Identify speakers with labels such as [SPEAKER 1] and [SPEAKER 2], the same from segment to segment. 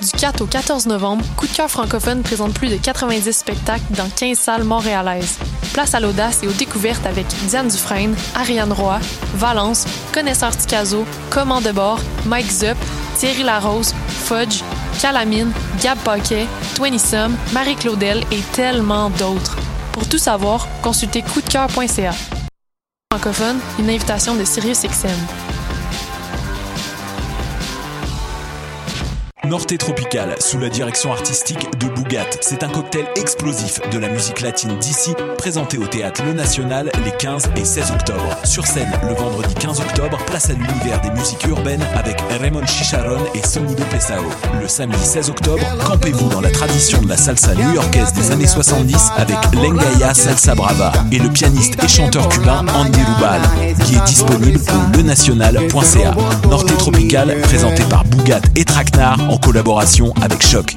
[SPEAKER 1] Du 4 au 14 novembre, Coup de cœur francophone présente plus de 90 spectacles dans 15 salles montréalaises. Place à l'audace et aux découvertes avec Diane Dufresne, Ariane Roy, Valence, Connaisseur Ticazo, Command de bord, Mike Zup, Thierry Larose, Fudge, Calamine, Gab Paquet, Twenty Some, Marie Claudel et tellement d'autres. Pour tout savoir, consultez coupdecoeur.ca. Francophone, une invitation de Sirius XM.
[SPEAKER 2] Norte Tropical, sous la direction artistique de Bougat. C'est un cocktail explosif de la musique latine d'ici, présenté au théâtre Le National les 15 et 16 octobre. Sur scène, le vendredi 15 octobre, place à l'univers des musiques urbaines avec Raymond Chicharon et Sonido Pesao. Le samedi 16 octobre, campez-vous dans la tradition de la salsa new-yorkaise des années 70 avec Lengaya Salsa Brava et le pianiste et chanteur cubain Andy Rubal, qui est disponible au lenational.ca. Norte Tropical, présenté par Bougat et Traquenard en collaboration avec Choc.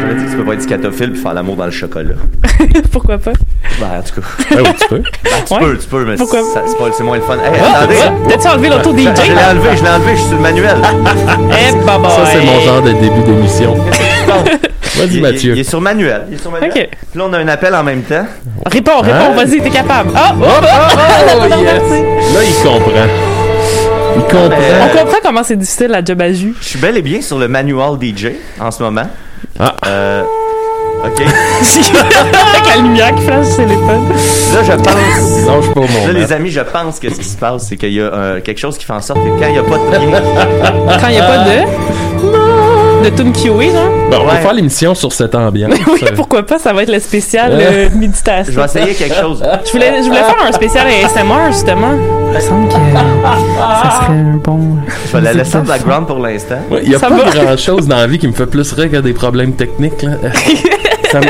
[SPEAKER 3] J'avais dit que tu peux pas être scatophile puis faire l'amour dans le chocolat.
[SPEAKER 4] Pourquoi pas?
[SPEAKER 5] Ben,
[SPEAKER 3] Bah, en tout cas.
[SPEAKER 6] Ah oui, tu peux.
[SPEAKER 3] Ben, tu
[SPEAKER 4] Ouais.
[SPEAKER 3] peux, tu peux, mais
[SPEAKER 4] Pourquoi?
[SPEAKER 3] ça- c'est pas- c'est moins le fun. Hey,
[SPEAKER 5] Ah,
[SPEAKER 3] attendez!
[SPEAKER 4] T'as-tu enlevé
[SPEAKER 3] Je, je
[SPEAKER 4] l'auto-DJ?
[SPEAKER 5] bah,
[SPEAKER 3] l'ai enlevé, je l'ai enlevé, je suis sur le manuel.
[SPEAKER 4] Eh, bye
[SPEAKER 6] Ça, c'est mon genre de début d'émission.
[SPEAKER 3] Il,
[SPEAKER 4] Vas-y,
[SPEAKER 3] il-
[SPEAKER 4] Mathieu.
[SPEAKER 3] il est sur manuel. Il est sur manuel.
[SPEAKER 5] Ok.
[SPEAKER 3] Puis là, on a un appel en même temps.
[SPEAKER 5] Réponds, réponds, vas-y, t'es capable. Ah, oh, oh,
[SPEAKER 4] Hein? Oh, yes. Là, il comprend. Il comprend.
[SPEAKER 5] On comprend comment c'est difficile la job à jus.
[SPEAKER 3] Ah, ben, Je suis bel et bien sur le manual DJ en ce moment.
[SPEAKER 4] Ah.
[SPEAKER 3] Euh, OK.
[SPEAKER 5] Avec la lumière qui flash sur les téléphone.
[SPEAKER 3] Là, je pense...
[SPEAKER 4] Lâche pas mon
[SPEAKER 3] Là,
[SPEAKER 4] Matt.
[SPEAKER 3] les amis, je pense que ce qui se passe, c'est qu'il y a euh, quelque chose qui fait en sorte que quand il n'y a pas de lien,
[SPEAKER 5] Quand il n'y a pas de. De Toon Kiwi, genre.
[SPEAKER 4] Bon, on va
[SPEAKER 3] Ouais.
[SPEAKER 4] faire l'émission sur cette ambiance. Euh,
[SPEAKER 5] Oui, pourquoi pas, ça va être le spécial euh, méditation.
[SPEAKER 3] je vais essayer quelque chose.
[SPEAKER 5] Je voulais, je voulais faire un spécial ASMR, justement. Il me semble que ça serait un bon.
[SPEAKER 3] Je vais la laisser en background pour l'instant.
[SPEAKER 4] Ouais, Il y a
[SPEAKER 5] Ça
[SPEAKER 4] pas
[SPEAKER 5] va.
[SPEAKER 4] grand-chose dans la vie qui me fait plus rire que des problèmes techniques. Là. Ça me-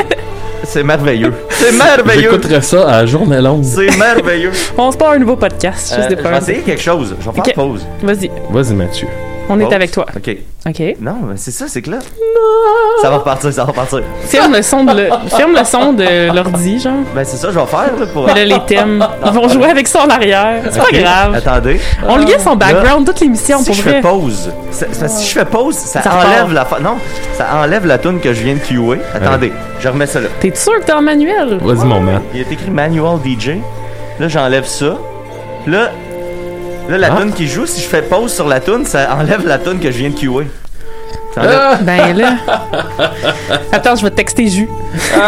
[SPEAKER 3] C'est merveilleux. C'est merveilleux.
[SPEAKER 4] J'écouterais ça à la journée longue.
[SPEAKER 3] C'est merveilleux.
[SPEAKER 5] On se part un nouveau podcast,
[SPEAKER 3] Euh,
[SPEAKER 5] juste des
[SPEAKER 3] je vais
[SPEAKER 5] peurs.
[SPEAKER 3] essayer quelque chose. Je vais faire
[SPEAKER 5] Ok.
[SPEAKER 3] pause.
[SPEAKER 5] Vas-y,
[SPEAKER 4] Vas-y, Mathieu.
[SPEAKER 5] on
[SPEAKER 3] Pause.
[SPEAKER 5] est avec toi.
[SPEAKER 3] Oh, OK.
[SPEAKER 5] OK.
[SPEAKER 3] Non, mais c'est ça, c'est que là. Ça va repartir, ça va repartir.
[SPEAKER 5] Ferme le son de le- ferme le son de l'ordi, genre.
[SPEAKER 3] Ben, c'est ça, que je vais faire là, pour.
[SPEAKER 5] Mais là, les thèmes, ils vont jouer avec ça en arrière. C'est pas
[SPEAKER 3] Ok,
[SPEAKER 5] grave.
[SPEAKER 3] Attendez.
[SPEAKER 5] On le laisse en background toute l'émission
[SPEAKER 3] Si
[SPEAKER 5] pour
[SPEAKER 3] je
[SPEAKER 5] vrai.
[SPEAKER 3] fais pause, ça- ça- si je fais pause, ça,
[SPEAKER 5] Ça
[SPEAKER 3] enlève
[SPEAKER 5] repart.
[SPEAKER 3] la fa- non, ça enlève la tune que je viens de cuer. Attendez, je remets ça là.
[SPEAKER 5] T'es sûr que t'es en manuel?
[SPEAKER 4] Vas-y, mon Matt.
[SPEAKER 3] Il est écrit manual DJ. Là, j'enlève ça. Là, là la
[SPEAKER 4] Ah.
[SPEAKER 3] tune qui joue, si je fais pause sur la tune, ça enlève la tune que je viens de cuer. Ça enlève-
[SPEAKER 5] Ben là. Attends, je vais te texter Jus.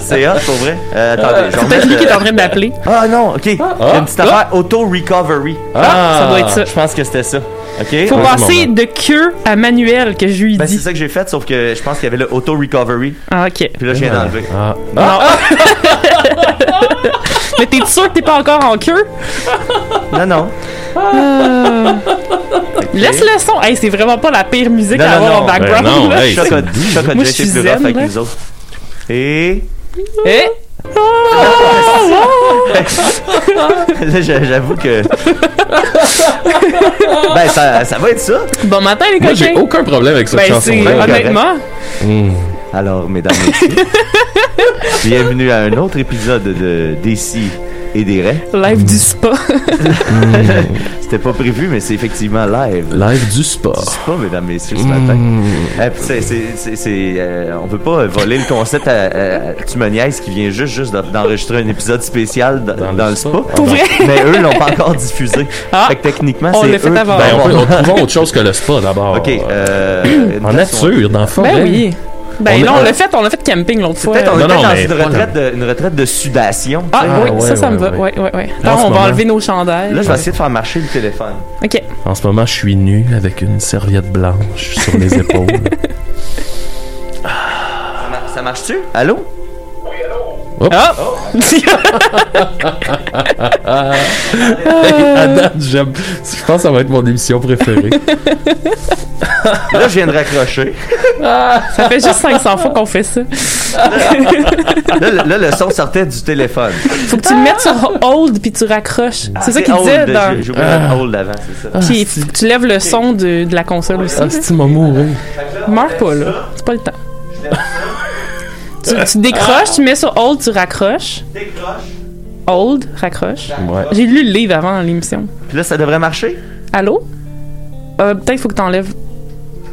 [SPEAKER 3] C'est hot pour vrai. Euh, attendez, je
[SPEAKER 5] C'est
[SPEAKER 3] remets
[SPEAKER 5] peut-être lui
[SPEAKER 3] le-
[SPEAKER 5] qui est en train de m'appeler.
[SPEAKER 3] Ah non, ok. Il y a une petite affaire auto-recovery.
[SPEAKER 5] Ah, ça doit être ça.
[SPEAKER 3] Je pense que c'était ça. Ok.
[SPEAKER 5] Faut
[SPEAKER 4] Ah,
[SPEAKER 5] passer
[SPEAKER 4] bon,
[SPEAKER 5] de queue à manuel que je lui
[SPEAKER 3] Ben, c'est
[SPEAKER 5] dis.
[SPEAKER 3] ça que j'ai fait, sauf que je pense qu'il y avait le auto-recovery.
[SPEAKER 5] Ah, ok.
[SPEAKER 3] Puis là, je viens d'enlever.
[SPEAKER 4] Ah.
[SPEAKER 5] Mais t'es sûr que t'es pas encore en queue? Euh,
[SPEAKER 3] Non, non.
[SPEAKER 5] Laisse le son. Hey, c'est vraiment pas la pire musique
[SPEAKER 3] Non,
[SPEAKER 5] à
[SPEAKER 3] non,
[SPEAKER 5] avoir
[SPEAKER 3] non.
[SPEAKER 5] en
[SPEAKER 3] Ben
[SPEAKER 5] background.
[SPEAKER 4] non,
[SPEAKER 5] là.
[SPEAKER 4] hey. c'est
[SPEAKER 3] Chocolat
[SPEAKER 4] doux.
[SPEAKER 3] chocolat
[SPEAKER 5] Moi,
[SPEAKER 3] de
[SPEAKER 5] je suis
[SPEAKER 3] chez plus rough
[SPEAKER 5] zen,
[SPEAKER 3] avec
[SPEAKER 5] là.
[SPEAKER 3] nous autres. Ah, Et
[SPEAKER 5] Eh? Ah,
[SPEAKER 3] là, j'a- j'avoue que. ben, ça, ça va être ça.
[SPEAKER 5] Bon matin, les
[SPEAKER 4] Moi, j'ai
[SPEAKER 5] coquins.
[SPEAKER 4] aucun problème avec cette
[SPEAKER 5] Ben, c'est
[SPEAKER 4] chanson-là. Hmm.
[SPEAKER 5] honnêtement.
[SPEAKER 3] Alors, mesdames et messieurs, bienvenue à un autre épisode de Décis et des Raies.
[SPEAKER 5] Live du spa.
[SPEAKER 3] C'était pas prévu, mais c'est effectivement live.
[SPEAKER 4] Live du sport. Mm.
[SPEAKER 3] C'est pas, mesdames, messieurs, ce matin. Eh, puis c'est, c'est, c'est, c'est, euh, on peut pas euh, voler le concept à, à, à Tu me niaises qui vient juste, juste d'en- d'enregistrer un épisode spécial d- dans, le spa.
[SPEAKER 4] Pour
[SPEAKER 5] vrai?
[SPEAKER 3] Mais eux l'ont pas encore diffusé.
[SPEAKER 5] Ah.
[SPEAKER 3] fait que techniquement,
[SPEAKER 5] On
[SPEAKER 3] c'est
[SPEAKER 5] l'a fait
[SPEAKER 3] eux qui
[SPEAKER 5] avant.
[SPEAKER 3] vont
[SPEAKER 4] Ben, on peut,
[SPEAKER 3] avoir-
[SPEAKER 4] on trouve autre chose que le spa d'abord.
[SPEAKER 3] OK. Euh,
[SPEAKER 4] En
[SPEAKER 3] une
[SPEAKER 4] nature, dans la forêt.
[SPEAKER 5] Ben oui. Ben
[SPEAKER 4] On
[SPEAKER 5] là,
[SPEAKER 4] est-
[SPEAKER 5] on l'a fait, on l'a fait camping l'autre fois.
[SPEAKER 3] Peut-être on est
[SPEAKER 4] Non,
[SPEAKER 3] peut-être
[SPEAKER 4] non,
[SPEAKER 3] dans
[SPEAKER 4] mais
[SPEAKER 3] une
[SPEAKER 4] pas
[SPEAKER 3] retraite, de, une retraite de sudation.
[SPEAKER 5] Ah,
[SPEAKER 4] Ah,
[SPEAKER 5] oui,
[SPEAKER 4] ouais,
[SPEAKER 5] ça, ça
[SPEAKER 4] ouais,
[SPEAKER 5] me va.
[SPEAKER 4] ouais.
[SPEAKER 5] Ouais, ouais, ouais.
[SPEAKER 4] En
[SPEAKER 5] Attends,
[SPEAKER 4] ce
[SPEAKER 5] on va
[SPEAKER 4] moment-
[SPEAKER 5] enlever nos chandails.
[SPEAKER 3] Là, je vais essayer de faire marcher le téléphone.
[SPEAKER 5] Ok.
[SPEAKER 4] En ce moment, je suis nu avec une serviette blanche sur les épaules.
[SPEAKER 3] Ça, mar- Ah, ça marche-tu? Allô? Ah!
[SPEAKER 5] Euh.
[SPEAKER 4] À date, j'aime. Je pense que ça va être mon émission préférée.
[SPEAKER 3] Là, je viens de raccrocher.
[SPEAKER 5] ça fait juste 500 fois qu'on fait ça.
[SPEAKER 3] Là, le, là, le son sortait du téléphone.
[SPEAKER 5] Faut que tu le mettes sur hold puis tu raccroches. c'est ça qu'il
[SPEAKER 3] Ah,
[SPEAKER 5] disait
[SPEAKER 3] hold, ben,
[SPEAKER 5] dans.
[SPEAKER 3] j'ai- J'ai oublié
[SPEAKER 5] Ah.
[SPEAKER 4] Ah.
[SPEAKER 3] le hold avant, c'est ça.
[SPEAKER 5] Puis faut que tu lèves le son de, de la console aussi.
[SPEAKER 4] Ah, c'est-tu m'a mouru?
[SPEAKER 5] Meurs pas, là. C'est pas le temps. tu, tu décroches, tu mets sur hold, tu raccroches. Hold, raccroche.
[SPEAKER 4] Ouais.
[SPEAKER 5] J'ai lu le livre avant l'émission.
[SPEAKER 3] Puis là, ça devrait marcher?
[SPEAKER 5] Allô? Euh, Peut-être qu'il faut que t'enlèves.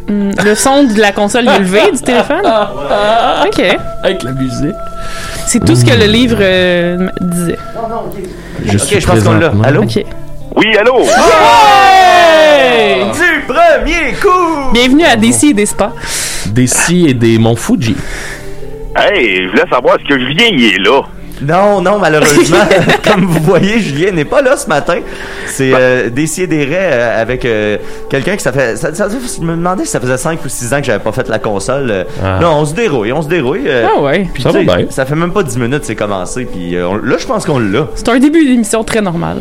[SPEAKER 5] Hmm, le son de la console est levé du téléphone? Ok.
[SPEAKER 4] Avec la musique.
[SPEAKER 5] C'est tout ce que le livre euh, m- disait.
[SPEAKER 4] Je
[SPEAKER 3] Ok, je pense qu'on l'a. Allô?
[SPEAKER 5] Ok.
[SPEAKER 7] Oui, allô?
[SPEAKER 5] Hey!
[SPEAKER 3] Du premier coup!
[SPEAKER 5] Bienvenue à DC et des spas.
[SPEAKER 4] Des si et des Mont Fuji.
[SPEAKER 7] Hey, je voulais savoir, est-ce que Julien y est là?
[SPEAKER 3] Non, non, malheureusement, comme vous voyez, Julien n'est pas là ce matin. C'est euh, Décideret, euh, avec euh, quelqu'un qui ça fait. Ça, ça- je me demandais si ça faisait 5 ou 6 ans que j'avais pas fait la console. euh.
[SPEAKER 4] Ah.
[SPEAKER 3] Non, on se dérouille, on se dérouille. euh,
[SPEAKER 5] Ah ouais.
[SPEAKER 3] puis
[SPEAKER 4] Ça va
[SPEAKER 3] tu sais,
[SPEAKER 4] bien.
[SPEAKER 3] ça fait même pas 10 minutes que c'est commencé. Puis euh, on- là, je pense qu'on l'a.
[SPEAKER 5] C'est un début d'émission très normal.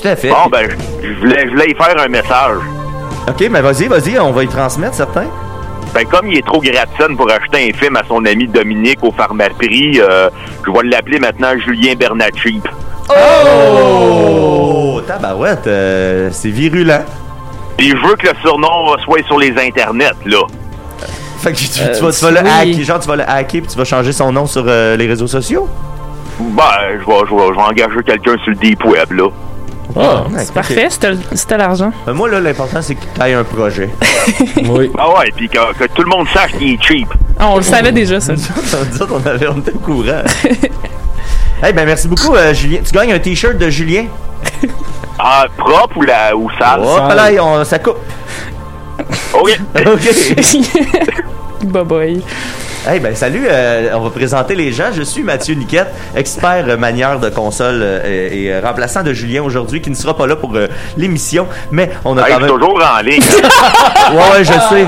[SPEAKER 3] Tout à fait.
[SPEAKER 7] Bon, ben, je je voulais, je voulais y faire un message.
[SPEAKER 3] Ok, mais vas-y, vas-y, on va y transmettre certains.
[SPEAKER 7] Ben, comme il est trop gratin pour acheter un film à son ami Dominique au Pharmaprix, euh, je vais l'appeler maintenant Julien Bernacci.
[SPEAKER 3] Oh, tabarouette, euh, c'est virulent.
[SPEAKER 7] Puis je veux que le surnom soit sur les internets, là.
[SPEAKER 3] Fait que tu, tu vas, tu vas le
[SPEAKER 5] Euh, oui.
[SPEAKER 3] hacker, genre tu vas le hacker puis tu vas changer son nom sur euh, les réseaux sociaux.
[SPEAKER 7] Ben, je vais, je vais, je vais engager quelqu'un sur le deep web, là.
[SPEAKER 3] Ah,
[SPEAKER 5] C'est parfait, c'était c'était l'argent.
[SPEAKER 3] Euh, Moi, là, l'important, c'est que tu ailles un projet.
[SPEAKER 4] oui.
[SPEAKER 8] Ah ouais, puis que, que tout le monde sache qu'il est cheap.
[SPEAKER 5] Ah, on le savait déjà, ça.
[SPEAKER 3] Ça veut dire qu'on avait, on était au courant. hey, ben, merci beaucoup, euh, Julien. Tu gagnes un T-shirt de Julien.
[SPEAKER 8] Ah, propre ou, la, ou sale?
[SPEAKER 3] Hop là, et on, ça coupe.
[SPEAKER 8] OK.
[SPEAKER 3] OK.
[SPEAKER 5] Bye bye.
[SPEAKER 3] Hey, ben salut, euh, on va présenter les gens. Je suis Mathieu Niquette, expert euh, manieur de console euh, et, et, euh, remplaçant de Julien aujourd'hui, qui ne sera pas là pour euh, l'émission, mais on a
[SPEAKER 8] Ah, il
[SPEAKER 3] quand
[SPEAKER 8] est
[SPEAKER 3] même...
[SPEAKER 8] toujours en ligne.
[SPEAKER 3] Ouais, ouais, je sais,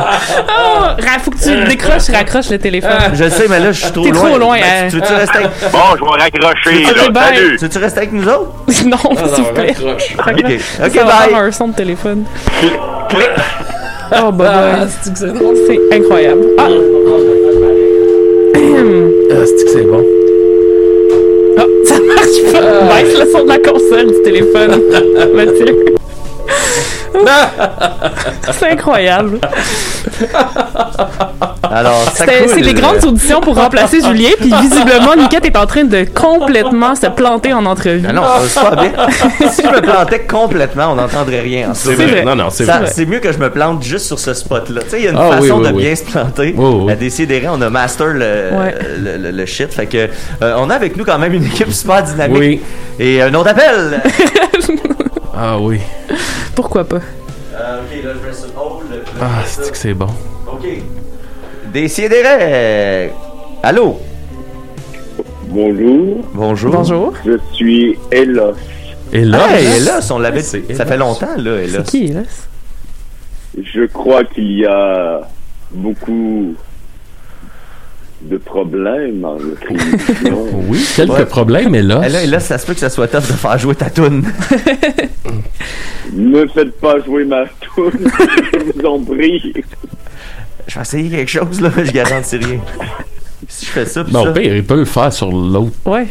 [SPEAKER 5] Ah, Ra- faut que tu décroches, raccroches le téléphone.
[SPEAKER 3] Ah.
[SPEAKER 5] Ah!
[SPEAKER 3] je sais, mais là, je suis trop
[SPEAKER 5] T'es
[SPEAKER 3] loin.
[SPEAKER 5] trop loin,
[SPEAKER 3] Ben,
[SPEAKER 5] hein. Ah,
[SPEAKER 3] tu veux-tu rester, avec...
[SPEAKER 8] Bon, je vais raccrocher,
[SPEAKER 5] Ok,
[SPEAKER 8] là.
[SPEAKER 5] bye.
[SPEAKER 8] Salut.
[SPEAKER 3] tu veux-tu rester avec nous autres?
[SPEAKER 5] non,
[SPEAKER 4] Ah,
[SPEAKER 5] s'il vous plaît.
[SPEAKER 3] OK, OK,
[SPEAKER 5] ça va faire
[SPEAKER 3] bye!
[SPEAKER 5] un son de téléphone.
[SPEAKER 8] Clic.
[SPEAKER 5] Oh, bye bye. C'est incroyable. Ah,
[SPEAKER 4] Ah, c'est que c'est bon.
[SPEAKER 5] ah, ça marche pas. Baisse le son de la console du téléphone, Mathieu. C'est incroyable.
[SPEAKER 3] Alors, ça
[SPEAKER 5] C'est
[SPEAKER 3] coule. euh,
[SPEAKER 5] c'est les grandes auditions pour remplacer Julien, puis visiblement, Niquette est en train de complètement se planter en entrevue.
[SPEAKER 3] Non, non, ça va pas bien. si je me plantais complètement, on n'entendrait rien. en ce moment.
[SPEAKER 5] C'est vrai.
[SPEAKER 4] Non, non, c'est
[SPEAKER 3] Ça,
[SPEAKER 4] vrai.
[SPEAKER 3] C'est mieux que je me plante juste sur ce spot-là. Tu sais, il y a une
[SPEAKER 4] Ah, oui,
[SPEAKER 3] façon
[SPEAKER 4] oui,
[SPEAKER 3] de
[SPEAKER 4] oui.
[SPEAKER 3] bien se planter.
[SPEAKER 4] Oui, oui.
[SPEAKER 3] À décider, on a master le,
[SPEAKER 5] Ouais.
[SPEAKER 3] le, le- le shit. Fait que, euh, on a avec nous quand même une équipe super dynamique.
[SPEAKER 4] Oui.
[SPEAKER 3] Et un autre appel.
[SPEAKER 4] Ah oui.
[SPEAKER 5] Pourquoi pas?
[SPEAKER 3] Euh, ok, là, je mets sur hold.
[SPEAKER 4] Ah, c'est que c'est bon.
[SPEAKER 3] Ok. Décidérez. Allô?
[SPEAKER 7] Bonjour,
[SPEAKER 3] Bonjour.
[SPEAKER 5] Bonjour.
[SPEAKER 7] je suis Elos.
[SPEAKER 4] Et là,
[SPEAKER 3] Hey, Elos, on l'avait. Ça
[SPEAKER 4] C'est
[SPEAKER 3] fait longtemps, là, Elos.
[SPEAKER 5] C'est qui, là?
[SPEAKER 7] Je crois qu'il y a beaucoup de problèmes en notre émission.
[SPEAKER 4] oui, quelques
[SPEAKER 3] Ouais.
[SPEAKER 4] problèmes, Elos.
[SPEAKER 3] Eh, Là, Elos, ça se peut que ça soit tough de faire jouer ta toune.
[SPEAKER 7] ne faites pas jouer ma tour, je vous en prie.
[SPEAKER 3] Je vais essayer quelque chose, là, je garantis rien. si je fais ça, puis
[SPEAKER 4] Non,
[SPEAKER 3] ça.
[SPEAKER 4] Ben, pire, il peut le faire sur l'autre.
[SPEAKER 5] Ouais.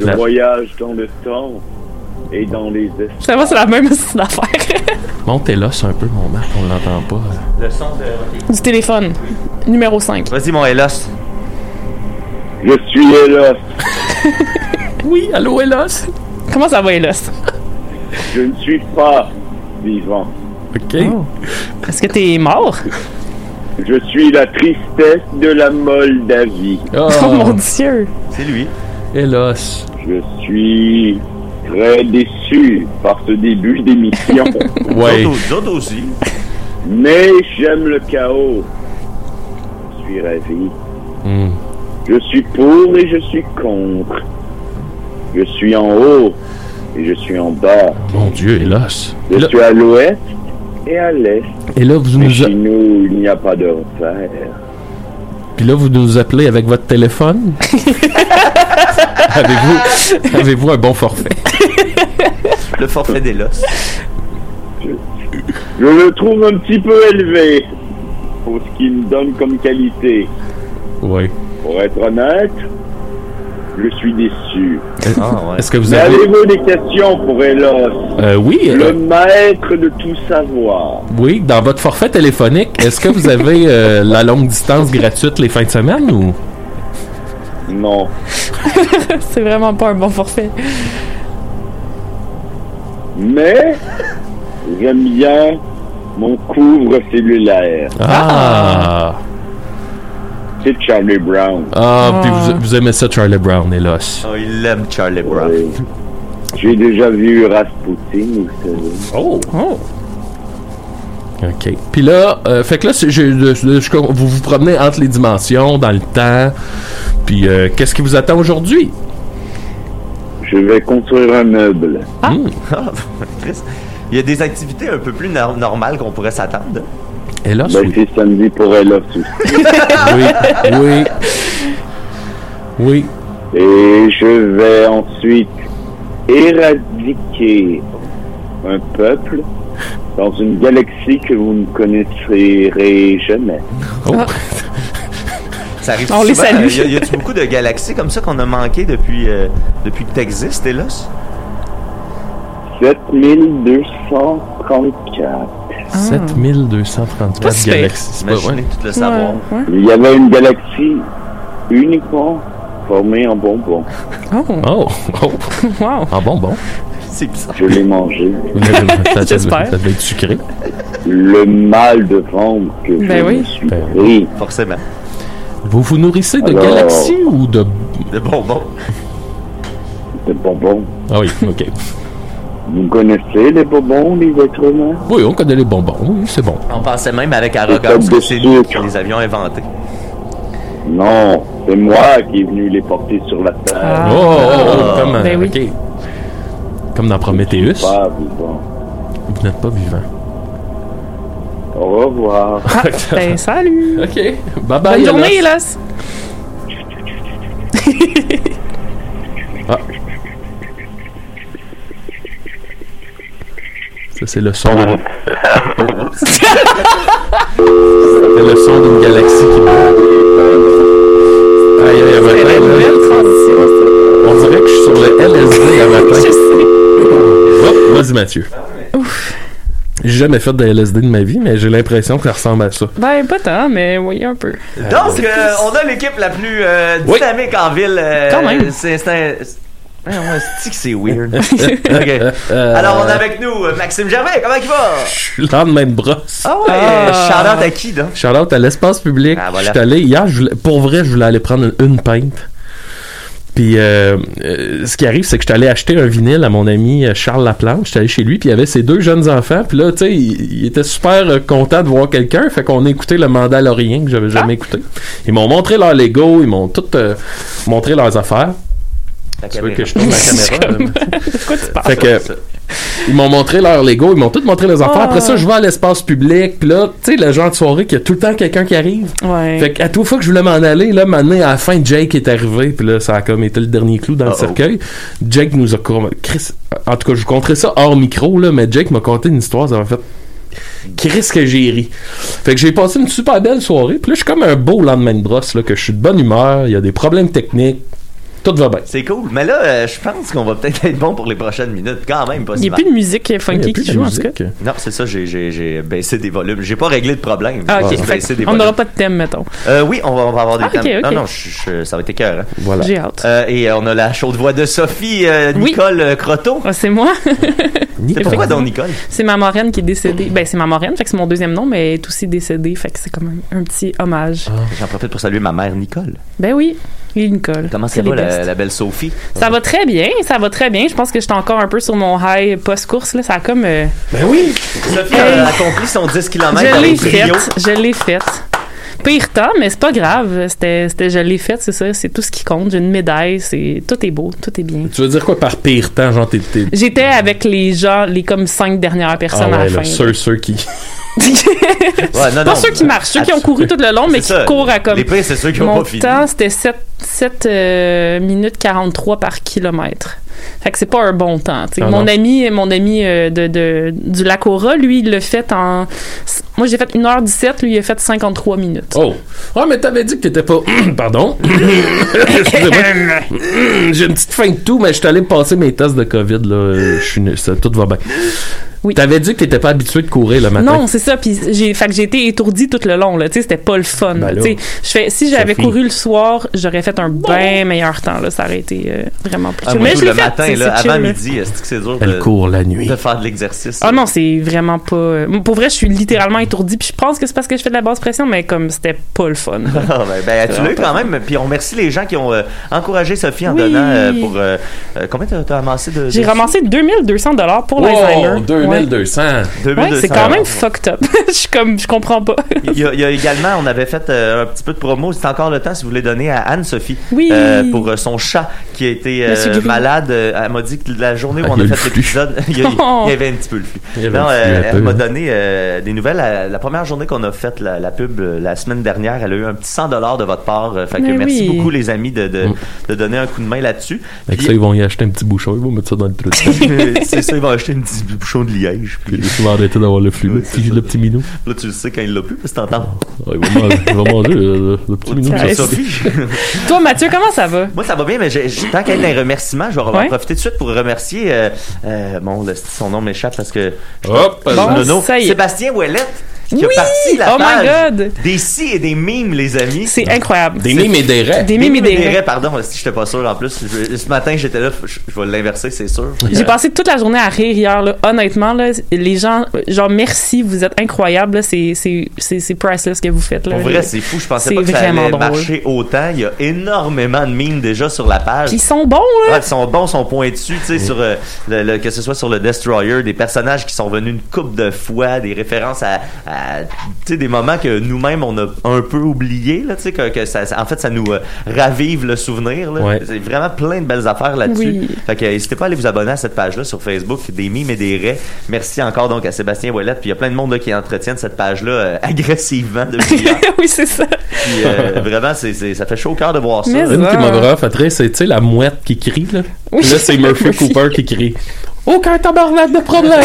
[SPEAKER 7] Je
[SPEAKER 4] La-
[SPEAKER 7] voyage dans le temps et dans les espaces.
[SPEAKER 5] Finalement, c'est la même affaire.
[SPEAKER 4] Monte Elos un peu, mon Marc, on l'entend pas.
[SPEAKER 3] Le son de.
[SPEAKER 5] du téléphone. Numéro 5.
[SPEAKER 3] Vas-y, mon Elos.
[SPEAKER 7] Je suis Elos,
[SPEAKER 4] Oui, allô, Elos.
[SPEAKER 5] Comment ça va, Elos?
[SPEAKER 7] je ne suis pas vivant.
[SPEAKER 4] OK.
[SPEAKER 5] Oh. Est-ce que t'es mort?
[SPEAKER 7] Je suis la tristesse de la Moldavie.
[SPEAKER 4] Oh,
[SPEAKER 5] Oh, mon dieu!
[SPEAKER 3] C'est lui.
[SPEAKER 4] Elos.
[SPEAKER 7] Je suis très déçu par ce début d'émission.
[SPEAKER 4] Ouais.
[SPEAKER 3] Nous autres- nous autres aussi.
[SPEAKER 7] Mais j'aime le chaos. Je suis ravi.
[SPEAKER 4] Hmm.
[SPEAKER 7] Je suis pour et je suis contre. Je suis en haut et je suis en bas.
[SPEAKER 4] Mon Dieu, Elos.
[SPEAKER 7] Je
[SPEAKER 4] Et là,
[SPEAKER 7] suis à l'ouest et à l'est.
[SPEAKER 4] et là, vous
[SPEAKER 7] Mais
[SPEAKER 4] nous a-
[SPEAKER 7] chez nous, il n'y a pas d'enfer.
[SPEAKER 4] puis là, vous nous appelez avec votre téléphone. avez-vous avez-vous un bon forfait?
[SPEAKER 3] Le forfait d'Elos.
[SPEAKER 7] Je le trouve un petit peu élevé pour ce qu'il me donne comme qualité.
[SPEAKER 4] Oui.
[SPEAKER 7] Pour être honnête, je suis déçu.
[SPEAKER 3] Ah, ouais.
[SPEAKER 4] Est-ce que vous
[SPEAKER 7] Mais
[SPEAKER 4] avez...
[SPEAKER 7] avez-vous des questions pour Elos
[SPEAKER 4] Euh, oui,
[SPEAKER 7] Le
[SPEAKER 4] euh,
[SPEAKER 7] maître de tout savoir.
[SPEAKER 4] oui, dans votre forfait téléphonique, est-ce que vous avez euh, la longue distance gratuite les fins de semaine ou...
[SPEAKER 7] Non.
[SPEAKER 5] C'est vraiment pas un bon forfait.
[SPEAKER 7] Mais j'aime bien mon couvre cellulaire.
[SPEAKER 4] Ah!
[SPEAKER 7] C'est Charlie Brown.
[SPEAKER 4] Ah, puis
[SPEAKER 5] Ah.
[SPEAKER 4] vous, vous aimez ça, Charlie Brown, Elos.
[SPEAKER 3] Oh, il aime Charlie Brown.
[SPEAKER 7] Oui. J'ai déjà vu Rasputin, vous savez.
[SPEAKER 4] Oh! OK. Puis là, euh, fait que là, c'est- je- je- je- vous vous promenez entre les dimensions, dans le temps. Puis euh, qu'est-ce qui vous attend aujourd'hui?
[SPEAKER 7] Je vais construire un meuble.
[SPEAKER 4] Hmm.
[SPEAKER 3] Ah, Chris. Il y a des activités un peu plus nor- normales qu'on pourrait s'attendre. hein.
[SPEAKER 4] Elos?
[SPEAKER 7] Ben,
[SPEAKER 4] Oui.
[SPEAKER 7] c'est samedi pour elle aussi.
[SPEAKER 4] oui. Oui. Oui.
[SPEAKER 7] Et je vais ensuite éradiquer un peuple dans une galaxie que vous ne connaîtrez jamais.
[SPEAKER 4] Oh.
[SPEAKER 3] Ça arrive
[SPEAKER 5] On
[SPEAKER 3] souvent.
[SPEAKER 5] les salue.
[SPEAKER 3] Euh, Il y a, il y a beaucoup de galaxies comme ça qu'on a manqué depuis, euh, depuis que t'existes, Elos.
[SPEAKER 7] 7234.
[SPEAKER 4] Ah. 7234
[SPEAKER 5] si pire.
[SPEAKER 4] galaxies. C'est pas-
[SPEAKER 3] Imaginez
[SPEAKER 4] ouais.
[SPEAKER 3] tout le savoir.
[SPEAKER 5] Ouais, ouais.
[SPEAKER 7] Il y avait une galaxie uniquement formée en bonbons.
[SPEAKER 5] Oh,
[SPEAKER 4] Oh! Oh!
[SPEAKER 5] wow!
[SPEAKER 4] Ah bon, bon.
[SPEAKER 3] C'est bizarre.
[SPEAKER 9] Je l'ai mangé.
[SPEAKER 4] Ça- ça-
[SPEAKER 9] J'espère.
[SPEAKER 4] Ça devait être sucré.
[SPEAKER 9] Le mal de ventre que je
[SPEAKER 4] Ben oui.
[SPEAKER 9] me suis pris.
[SPEAKER 3] Forcément.
[SPEAKER 4] Vous vous nourrissez de
[SPEAKER 9] Alors-
[SPEAKER 4] galaxies ou de...
[SPEAKER 3] De bonbons.
[SPEAKER 9] De bonbons.
[SPEAKER 4] Ah oui, ok.
[SPEAKER 9] Vous connaissez les bonbons, les êtres humains
[SPEAKER 4] Oui, on connaît les bonbons. Oui, c'est bon.
[SPEAKER 3] On pensait même avec arrogance que c'est nous qui les avions inventés.
[SPEAKER 9] Non, c'est moi qui est venu les porter sur la terre.
[SPEAKER 5] Ah.
[SPEAKER 9] Ah.
[SPEAKER 4] Oh, oh, oh, comme,
[SPEAKER 5] Ben
[SPEAKER 4] ok. comme dans Prometheus.
[SPEAKER 9] Pas vivant.
[SPEAKER 4] Vous n'êtes pas vivant.
[SPEAKER 9] Au revoir.
[SPEAKER 5] Ben, salut!
[SPEAKER 4] OK. Bye
[SPEAKER 5] Bonne
[SPEAKER 4] bye,
[SPEAKER 5] journée, Elas!
[SPEAKER 4] Ah. Ça, c'est le son. de- C'était le son d'une galaxie qui meurt. Aïe, aïe, à matin, là. On dirait que je suis sur le LSD à matin. Oh, vas-y, Mathieu. J'ai jamais fait de LSD de ma vie, mais j'ai l'impression que ça ressemble à ça.
[SPEAKER 5] Ben, pas tant, mais oui, un peu.
[SPEAKER 3] Donc, euh, on a l'équipe la plus euh, dynamique en ville. euh,
[SPEAKER 5] Quand même.
[SPEAKER 3] C'est c'est un. c'est- Ouais, Ben, ouais, c'est-tu que c'est weird. OK. Alors, on a avec nous euh, Maxime Gervais. Comment il va?
[SPEAKER 4] L'an de même brosse.
[SPEAKER 3] Ah ouais. Shout-out à qui, donc?
[SPEAKER 4] Shout-out à l'espace public.
[SPEAKER 3] voilà.
[SPEAKER 4] Je suis allé hier, je voulais- pour vrai, je voulais aller prendre une, une pinte. Puis euh, euh, ce qui arrive, c'est que je suis allé acheter un vinyle à mon ami euh, Charles Laplante. Je suis allé chez lui, puis il y avait ses deux jeunes enfants. Puis là, tu sais, il, il était super euh, content de voir quelqu'un. Fait qu'on a écouté le Mandalorian que j'avais jamais écouté. Ils m'ont montré leur Lego, ils m'ont tout euh, montré leurs affaires. Tu veux que je tourne la caméra? euh, fait que, ils m'ont montré leur Lego, ils m'ont tout montré leurs affaires. Après ça, je vais à l'espace public, puis là, tu sais, le genre de soirée qu'il y a tout le temps quelqu'un qui arrive.
[SPEAKER 5] Ouais.
[SPEAKER 4] Fait qu'à toute fois que je voulais m'en aller, là, maintenant, à la fin, Jake est arrivé, puis là, ça a comme été le dernier clou dans le
[SPEAKER 3] Uh-oh.
[SPEAKER 4] cercueil. Jake nous a. com- Chris- En tout cas, je vous conterai ça hors micro, là, mais Jake m'a conté une histoire, ça m'a fait. Chris que j'ai ri. Fait que j'ai passé une super belle soirée, puis là, je suis comme un beau lendemain de brosse, là, que je suis de bonne humeur, il y a des problèmes techniques, tout va bien.
[SPEAKER 3] C'est cool. Mais là, euh, je pense qu'on va peut-être être bon pour les prochaines minutes. Quand même, pas
[SPEAKER 5] Il n'y a plus de musique euh, funky qui joue, en tout cas.
[SPEAKER 3] Non, c'est ça, j'ai- j'ai j'ai baissé des volumes. J'ai pas réglé de problème.
[SPEAKER 5] Ah,
[SPEAKER 3] J'ai
[SPEAKER 5] ok. Fait
[SPEAKER 3] baissé des
[SPEAKER 5] qu'on
[SPEAKER 3] volumes.
[SPEAKER 5] n'aura pas de thème, mettons.
[SPEAKER 3] Euh, oui, on va, on va avoir des
[SPEAKER 5] Ah, ok,
[SPEAKER 3] thèmes.
[SPEAKER 5] ok.
[SPEAKER 3] Non, non, je- je- ça va être écœur. Hein?
[SPEAKER 4] Voilà.
[SPEAKER 5] J'ai hâte.
[SPEAKER 3] Euh, et euh, on a la chaude voix de Sophie, euh, Nicole euh, Croteau.
[SPEAKER 5] Ah, c'est moi.
[SPEAKER 3] c'est pourquoi donc Nicole?
[SPEAKER 5] C'est ma marraine qui est décédée. Ben, c'est ma marraine, fait que c'est mon deuxième nom, mais elle est aussi décédée, fait que c'est comme un, un petit hommage.
[SPEAKER 4] Ah.
[SPEAKER 3] J'en profite pour saluer ma mère Nicole.
[SPEAKER 5] Ben oui, il Nicole.
[SPEAKER 3] Comment ça
[SPEAKER 5] C'est
[SPEAKER 3] va,
[SPEAKER 5] les
[SPEAKER 3] la,
[SPEAKER 5] bestes.
[SPEAKER 3] la belle Sophie?
[SPEAKER 4] Ah.
[SPEAKER 5] Ça va très bien, ça va très bien. Je pense que j'étais encore un peu sur mon high post-course, là. Ça a comme. euh,
[SPEAKER 3] Ben oui! Sophie a accompli son 10 km
[SPEAKER 5] je l'ai
[SPEAKER 3] avec brio.
[SPEAKER 5] faite, je l'ai faite. Pire temps, mais c'est pas grave. C'était, c'était, je l'ai faite, c'est ça. C'est tout ce qui compte. J'ai une médaille, c'est, tout est beau, tout est bien.
[SPEAKER 4] Tu veux dire quoi par pire temps, genre, t'es. t'es-
[SPEAKER 5] J'étais avec les gens, les comme cinq dernières
[SPEAKER 4] Ah
[SPEAKER 5] personnes à
[SPEAKER 4] ouais,
[SPEAKER 5] la
[SPEAKER 4] là,
[SPEAKER 5] fin.
[SPEAKER 4] ceux, ceux qui.
[SPEAKER 5] pas ceux qui marchent, ceux qui ont couru tout le long, mais qui courent à comme.
[SPEAKER 3] Les pires, c'est ceux qui
[SPEAKER 5] Mon
[SPEAKER 3] ont pas fini.
[SPEAKER 5] temps, c'était 7, 7 euh, minutes 43 par kilomètre. Fait que c'est pas un bon temps. tu sais.
[SPEAKER 10] Ah
[SPEAKER 5] mon
[SPEAKER 10] non.
[SPEAKER 5] ami, mon ami euh, de, de- du Lacora, lui, il l'a fait en. Moi, j'ai fait 1h17, lui, il a fait 53 minutes.
[SPEAKER 4] Oh! Ah, mais t'avais dit que t'étais pas. Pardon? Excusez-moi. J'ai une petite faim de tout, mais je suis allé passer mes tests de COVID, là. Euh, Je suis. né- ça- Tout va bien. Oui. T'avais dit que t'étais pas habitué de courir
[SPEAKER 3] Ah,
[SPEAKER 4] le matin.
[SPEAKER 5] Non, c'est ça. Puis j'ai, fait que j'ai été étourdie tout le long. Là, tu sais, c'était pas le fun. là.
[SPEAKER 4] Ben là,
[SPEAKER 5] Tu sais, je fais, si j'avais
[SPEAKER 4] Sophie.
[SPEAKER 5] couru le soir, j'aurais fait un bien meilleur temps. Là, ça aurait été euh, vraiment plus.
[SPEAKER 3] Ah,
[SPEAKER 5] chill.
[SPEAKER 3] moi,
[SPEAKER 5] mais
[SPEAKER 3] tout
[SPEAKER 5] je l'ai
[SPEAKER 3] le
[SPEAKER 5] fait.
[SPEAKER 3] matin,
[SPEAKER 5] c'est-
[SPEAKER 3] là,
[SPEAKER 5] c'est chill, hein.
[SPEAKER 3] avant
[SPEAKER 5] là.
[SPEAKER 3] midi, est-ce que c'est dur
[SPEAKER 4] Elle
[SPEAKER 3] de,
[SPEAKER 4] court la nuit.
[SPEAKER 3] de faire de l'exercice?
[SPEAKER 5] Ah non, c'est vraiment pas. euh, Pour vrai, je suis littéralement étourdie. Puis je pense que c'est parce que je fais de la basse pression, mais comme c'était pas le fun.
[SPEAKER 3] Ah, ben, ben, tu l'as eu quand même. Puis on remercie les gens qui ont euh, encouragé Sophie en donnant euh, pour. euh, euh, combien t'as t'as amassé de.
[SPEAKER 5] J'ai
[SPEAKER 3] de-
[SPEAKER 5] ramassé 2200 dollars pour l'Alzheimer.
[SPEAKER 4] Oh, 2200.
[SPEAKER 5] Ouais. Ouais,
[SPEAKER 3] 2200.
[SPEAKER 5] c'est quand même fucked up. je suis comme, je comprends pas.
[SPEAKER 3] Il y, a, il y a également, on avait fait euh, un petit peu de promo, c'est encore le temps si vous voulez donner à Anne-Sophie
[SPEAKER 5] Oui.
[SPEAKER 3] euh, pour euh, son chat qui a été euh,
[SPEAKER 5] Monsieur Gris.
[SPEAKER 3] malade. Euh, Elle m'a dit que la journée où
[SPEAKER 4] Ah,
[SPEAKER 3] on
[SPEAKER 4] il y
[SPEAKER 3] a
[SPEAKER 4] a le
[SPEAKER 3] fait l'épisode, il, y a- il y avait un petit peu le flux.
[SPEAKER 4] Il y avait
[SPEAKER 3] Non,
[SPEAKER 4] le flux
[SPEAKER 3] euh,
[SPEAKER 4] un peu,
[SPEAKER 3] elle m'a
[SPEAKER 4] hein.
[SPEAKER 3] donné euh, des nouvelles. La, la première journée qu'on a fait la, la pub euh, la semaine dernière, elle a eu un petit 100 de votre part. Euh, fait que
[SPEAKER 5] Mais
[SPEAKER 3] merci
[SPEAKER 5] oui.
[SPEAKER 3] beaucoup les amis de, de, de donner un coup de main là-dessus.
[SPEAKER 4] Mm. Fait que
[SPEAKER 3] Puis-
[SPEAKER 4] ça, ils vont y acheter un petit bouchon, ils vont mettre ça dans le truc.
[SPEAKER 3] c'est ça, ils vont acheter une petite bouchon de liège. Puis...
[SPEAKER 4] Ils vont arrêter d'avoir le flux, le petit, le petit minou.
[SPEAKER 3] Là, tu le sais quand il l'a plus, parce que t'entends.
[SPEAKER 4] Ouais, il va manger, il va manger, euh, le, le petit minou.
[SPEAKER 3] Ça,
[SPEAKER 4] de
[SPEAKER 3] Sophie.
[SPEAKER 5] Toi, Mathieu, comment ça va?
[SPEAKER 3] Moi, ça va bien, mais j'ai- j'ai- tant qu'à être dans les remerciements, je vais en
[SPEAKER 5] Ouais.
[SPEAKER 3] profiter tout de suite pour remercier. euh, euh, bon, le- son nom m'échappe parce que.
[SPEAKER 4] Hop,
[SPEAKER 3] je-
[SPEAKER 4] Bon,
[SPEAKER 3] Nono.
[SPEAKER 5] ça y est.
[SPEAKER 3] Sébastien Ouellette, qui
[SPEAKER 5] Oui!
[SPEAKER 3] a parti la
[SPEAKER 5] Oh my
[SPEAKER 3] page des si et des mimes, les amis. C'est
[SPEAKER 5] incroyable.
[SPEAKER 4] Des mimes et des raies.
[SPEAKER 5] Des mimes et des raies.
[SPEAKER 3] pardon, si j'étais pas sûr en plus. Je- ce matin, j'étais là, je, je vais l'inverser, c'est sûr.
[SPEAKER 5] J'ai passé toute la journée à rire hier, là. honnêtement. Là, les gens, genre, merci, vous êtes incroyables. là. C'est- C'est c'est- c'est priceless ce que vous faites. Là.
[SPEAKER 3] Euh, Pour vrai, c'est fou. Je pensais
[SPEAKER 5] C'est
[SPEAKER 3] pas que ça
[SPEAKER 5] vraiment
[SPEAKER 3] allait
[SPEAKER 5] drôle.
[SPEAKER 3] marcher autant. Il y a énormément de mimes déjà sur la page.
[SPEAKER 5] Ils sont bons, là.
[SPEAKER 3] Ouais, ils sont bons, ils sont pointus, tu sais, sur euh, le- le- que ce soit sur le Destroyer, des personnages qui sont venus une coupe de fois, des références à, à, tu sais, des moments que nous-mêmes on a un peu oubliés, là, tu sais, que, que ça, ça- en fait, ça nous euh, ravive le souvenir. Là.
[SPEAKER 4] Ouais.
[SPEAKER 3] C'est vraiment plein de belles affaires là-dessus.
[SPEAKER 4] Oui.
[SPEAKER 3] Fait que euh, n'hésitez pas à aller vous abonner à cette page-là sur Facebook, des mimes et des raies. Merci encore donc à Sébastien Ouellette, puis il y a plein de monde là, qui entretiennent cette page-là euh, agressivement depuis hier.
[SPEAKER 5] oui, c'est ça.
[SPEAKER 3] Puis, euh, vraiment, c'est, c'est- ça fait chaud au cœur de voir ça.
[SPEAKER 4] Une qui m'a vraiment fait rire, c'est tu sais, la mouette qui crie. Là,
[SPEAKER 3] Oui.
[SPEAKER 4] là c'est Murphy Cooper qui crie.
[SPEAKER 5] Aucun tabarnak de problème,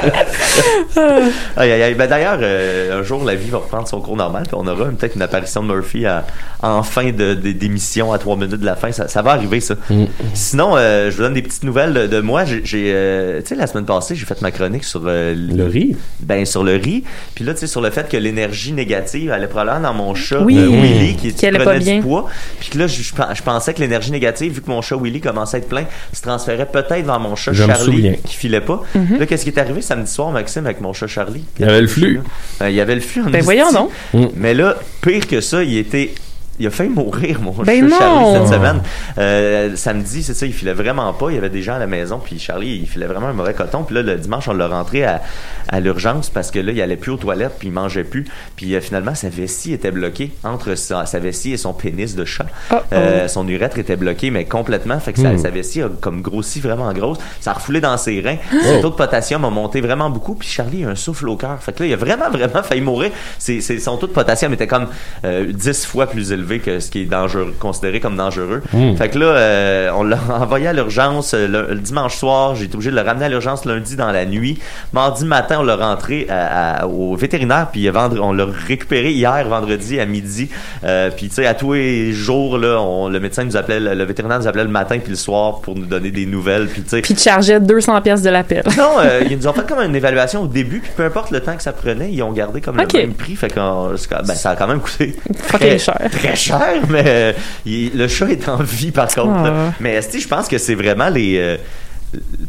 [SPEAKER 5] Julien.
[SPEAKER 3] Aïe, aïe, aïe. Ben, d'ailleurs, euh, un jour, la vie va reprendre son cours normal, puis on aura une- peut-être une apparition de Murphy à- en fin de, de- d'émission, à trois minutes de la fin. Ça, ça va arriver, ça.
[SPEAKER 4] Mm.
[SPEAKER 3] Sinon, euh, je vous donne des petites nouvelles de, de moi. J'ai, j'ai, euh, tu sais, la semaine passée, j'ai fait ma chronique sur euh, le
[SPEAKER 4] riz.
[SPEAKER 3] Ben, sur le riz. Puis là, tu sais, sur le fait que l'énergie négative allait probablement dans mon chat
[SPEAKER 5] Oui.
[SPEAKER 3] euh, Willy, qui,
[SPEAKER 5] Qui
[SPEAKER 3] qui
[SPEAKER 5] allait pas
[SPEAKER 3] prenait du
[SPEAKER 5] bien.
[SPEAKER 3] poids. Puis que là, je, je pen- je pensais que l'énergie négative, vu que mon chat Willy commençait à être plein, se transférait peut-être dans mon chat
[SPEAKER 4] Je me souviens.
[SPEAKER 3] Charlie, qui filait pas.
[SPEAKER 5] Mhm.
[SPEAKER 3] Là, qu'est-ce qui est arrivé samedi soir, Maxime, avec mon chat Charlie?
[SPEAKER 4] Il y avait le flux. Mm.
[SPEAKER 3] Ben, il y avait le flux en
[SPEAKER 5] Ben,
[SPEAKER 3] esti.
[SPEAKER 5] voyons donc.
[SPEAKER 3] Mais là, pire que ça, il était. Il a failli mourir, mon
[SPEAKER 5] Ben
[SPEAKER 3] chat Charlie,
[SPEAKER 5] non.
[SPEAKER 3] cette semaine. Euh, samedi, c'est ça, il filait vraiment pas. Il y avait des gens à la maison, puis Charlie, il filait vraiment un mauvais coton. Puis là, le dimanche, on l'a rentré à, à l'urgence parce que là, il allait plus aux toilettes, puis il mangeait plus. Puis euh, finalement, sa vessie était bloquée entre sa, sa vessie et son pénis de chat.
[SPEAKER 5] Oh,
[SPEAKER 3] Euh, son urètre était bloqué, mais complètement. Fait que sa,
[SPEAKER 4] Mm.
[SPEAKER 3] sa vessie a comme grossi vraiment grosse. Ça a refoulé dans ses reins.
[SPEAKER 4] Oh.
[SPEAKER 3] Son taux de potassium a monté vraiment beaucoup. Puis Charlie a un souffle au cœur. Fait que là, il a vraiment, vraiment failli mourir. C'est, c'est- son taux de potassium était comme euh, 10 fois plus élevé que ce qui est dangereux, considéré comme dangereux.
[SPEAKER 4] Mm.
[SPEAKER 3] Fait que là, euh, on l'a envoyé à l'urgence euh, le, le dimanche soir. J'ai été obligé de le ramener à l'urgence lundi dans la nuit. Mardi matin, on l'a rentré à- à- au vétérinaire. Puis vendre, on l'a récupéré hier, vendredi, à midi. Euh, puis, tu sais, à tous les jours, là, on- le médecin nous appelait, le, le vétérinaire nous appelait le matin puis le soir pour nous donner des nouvelles. Puis, tu sais,
[SPEAKER 5] Puis, tu chargeais 200 pièces de l'appel.
[SPEAKER 3] non, euh, ils nous ont fait comme une évaluation au début, puis peu importe le temps que ça prenait, ils ont gardé comme
[SPEAKER 5] Ok.
[SPEAKER 3] le même prix. Fait que ben, ça a quand même coûté
[SPEAKER 5] Fucking cher.
[SPEAKER 3] Très cher, mais euh, il- le chat est en vie par contre.
[SPEAKER 5] Ah.
[SPEAKER 3] là. Mais esti, je pense que c'est vraiment les. euh,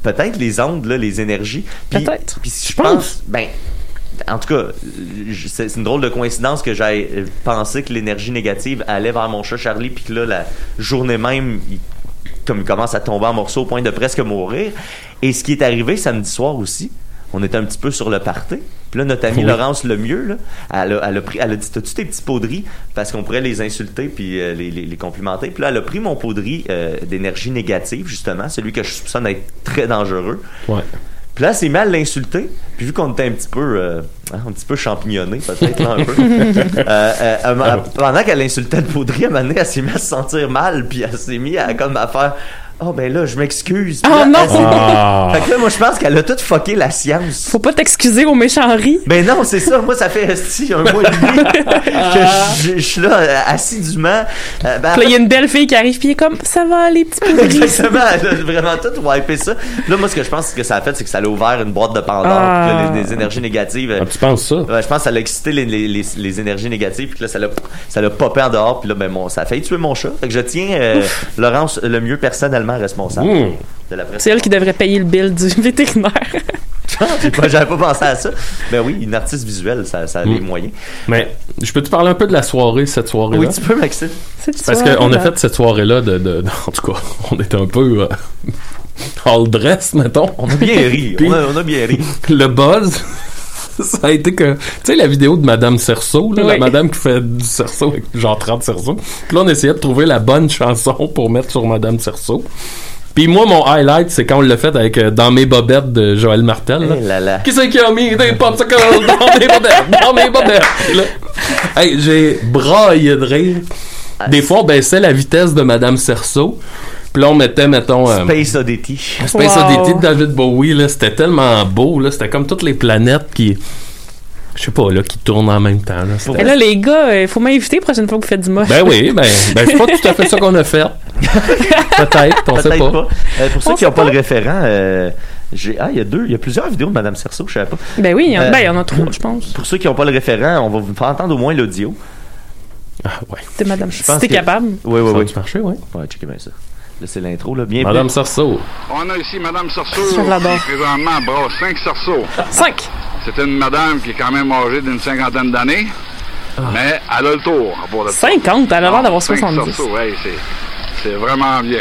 [SPEAKER 3] peut-être les ondes, là, les énergies. Peut-être. Puis si je pense. Ben, en tout cas, je- c'est c'est une drôle de coïncidence que j'aille euh, penser que l'énergie négative allait vers mon chat Charlie, puis que là, la journée même, il, comme il commence à tomber en morceaux au point de presque mourir. Et ce qui est arrivé samedi soir aussi, on était un petit peu sur le party. Puis là, notre amie
[SPEAKER 4] Oui.
[SPEAKER 3] Laurence Lemieux, là, elle, a, elle, a pris, elle a dit T'as-tu tes petits poudris Parce qu'on pourrait les insulter puis euh, les, les- les complimenter. Puis là, elle a pris mon poudri euh, d'énergie négative, justement, celui que je soupçonne être très dangereux.
[SPEAKER 4] Ouais.
[SPEAKER 3] Puis là, c'est mal l'insulter. Puis vu qu'on était un petit peu, euh, hein, un petit peu champignonné, peut-être là, un peu. Euh, euh, elle m'a- pendant qu'elle insultait le poudri, à un moment donné, elle s'est mise à se sentir mal, puis elle s'est mise à comme à faire. Oh ben là, je m'excuse. Puis
[SPEAKER 5] Oh
[SPEAKER 3] là,
[SPEAKER 5] non!
[SPEAKER 3] elle s'est-
[SPEAKER 5] Ah.
[SPEAKER 3] Fait que là, moi, je pense qu'elle a tout fucké la science.
[SPEAKER 5] Faut pas t'excuser au méchant riz.
[SPEAKER 3] Ben non, c'est ça. Moi, ça fait esti, un mois et demi que je- je je suis là euh, assidûment. Euh, ben,
[SPEAKER 5] Puis là, il y a une belle fille qui arrive, puis il est comme ça va aller, petit peu de riz.
[SPEAKER 3] Exactement, elle a vraiment tout wipé ça. Là, moi, ce que je pense que ça a fait, c'est que ça a ouvert une boîte de Pandore,
[SPEAKER 5] Ah.
[SPEAKER 3] puis là, les, les énergies négatives. euh,
[SPEAKER 4] Ah, Tu penses ça?
[SPEAKER 3] Ouais, je pense que ça l'a excité les, les, les, les énergies négatives, puis que là, ça l'a, ça l'a popé en dehors, puis là, ben, mon, ça a failli tuer mon chat. Fait que je tiens euh, Laurence le mieux personnellement responsable
[SPEAKER 4] Hmm.
[SPEAKER 5] Mm.
[SPEAKER 3] de la
[SPEAKER 5] C'est
[SPEAKER 3] pression.
[SPEAKER 5] elle qui devrait payer le bill du vétérinaire.
[SPEAKER 3] Ah, J'ai pas- j'avais pas pensé à ça. Ben oui, une artiste visuelle, ça, ça a les
[SPEAKER 4] Mm.
[SPEAKER 3] moyens.
[SPEAKER 4] Mais je peux te parler un peu de la soirée, cette soirée-là?
[SPEAKER 3] Oui, tu peux, Maxime.
[SPEAKER 4] Parce qu'on a fait cette soirée-là de, de- de- En tout cas, on était un peu. euh, all dress, mettons.
[SPEAKER 3] On a bien ri. On a- on a bien ri.
[SPEAKER 4] Le buzz. Ça a été que. Tu sais, la vidéo de Madame Cerceau, là, la
[SPEAKER 3] Oui.
[SPEAKER 4] madame qui fait du cerceau avec genre 30 cerceaux. Puis là, on essayait de trouver la bonne chanson pour mettre sur Madame Cerceau. Puis moi, mon highlight, c'est quand on l'a fait avec euh, Dans mes bobettes de Joël Martel.
[SPEAKER 3] Eh
[SPEAKER 4] là. Qui c'est qui a mis des popsicles dans mes bobettes? Dans mes bobettes! Et là, hey, j'ai braillé de rire.
[SPEAKER 3] Ah,
[SPEAKER 4] Des fois, on baissait la vitesse de Madame Cerceau. Puis là, on mettait, mettons... euh,
[SPEAKER 3] Space Oddity.
[SPEAKER 4] Space Oddity de David Bowie, là, c'était tellement beau, là. C'était comme toutes les planètes qui... Je sais pas, là, qui tournent en même temps, là. C'était-
[SPEAKER 5] Et là, les gars, il faut m'inviter la prochaine fois que vous faites du moche.
[SPEAKER 4] Ben oui, ben, ben c'est pas tout à fait ça qu'on a fait. Peut-être, on sait
[SPEAKER 3] Peut-être
[SPEAKER 4] pas.
[SPEAKER 3] Euh, pour
[SPEAKER 4] On
[SPEAKER 3] ceux qui
[SPEAKER 4] sait
[SPEAKER 3] n'ont pas, le référent, euh, J'ai- Ah, il y a deux, il y a plusieurs vidéos de Madame Cerceau, je savais pas.
[SPEAKER 5] Ben oui, il y en,
[SPEAKER 3] Euh,
[SPEAKER 5] ben, il y en a trois, je pense.
[SPEAKER 3] Pour ceux qui n'ont pas le référent, on va vous faire entendre au moins l'audio.
[SPEAKER 5] De madame.
[SPEAKER 3] Je
[SPEAKER 5] Si
[SPEAKER 3] pense
[SPEAKER 5] t'es
[SPEAKER 3] que-
[SPEAKER 5] capable.
[SPEAKER 3] Oui, oui,
[SPEAKER 4] Ah, Ça
[SPEAKER 3] oui.
[SPEAKER 4] a-tu marché, oui.
[SPEAKER 3] Ouais, checkez bien ça. Là, c'est l'intro, là. Bienvenue.
[SPEAKER 4] Madame Sarceau.
[SPEAKER 10] On a ici Madame Sarceau
[SPEAKER 5] Sur la barre.
[SPEAKER 10] qui présentement brasse 5 Sarceaux.
[SPEAKER 5] 5!
[SPEAKER 10] C'est une madame qui est quand même âgée d'une cinquantaine d'années, mais elle a le tour. Pour le
[SPEAKER 5] 50, elle a l'air hein? d'avoir
[SPEAKER 10] Cinq
[SPEAKER 5] 70.
[SPEAKER 10] Sarceaux, hey, c'est, c'est vraiment bien.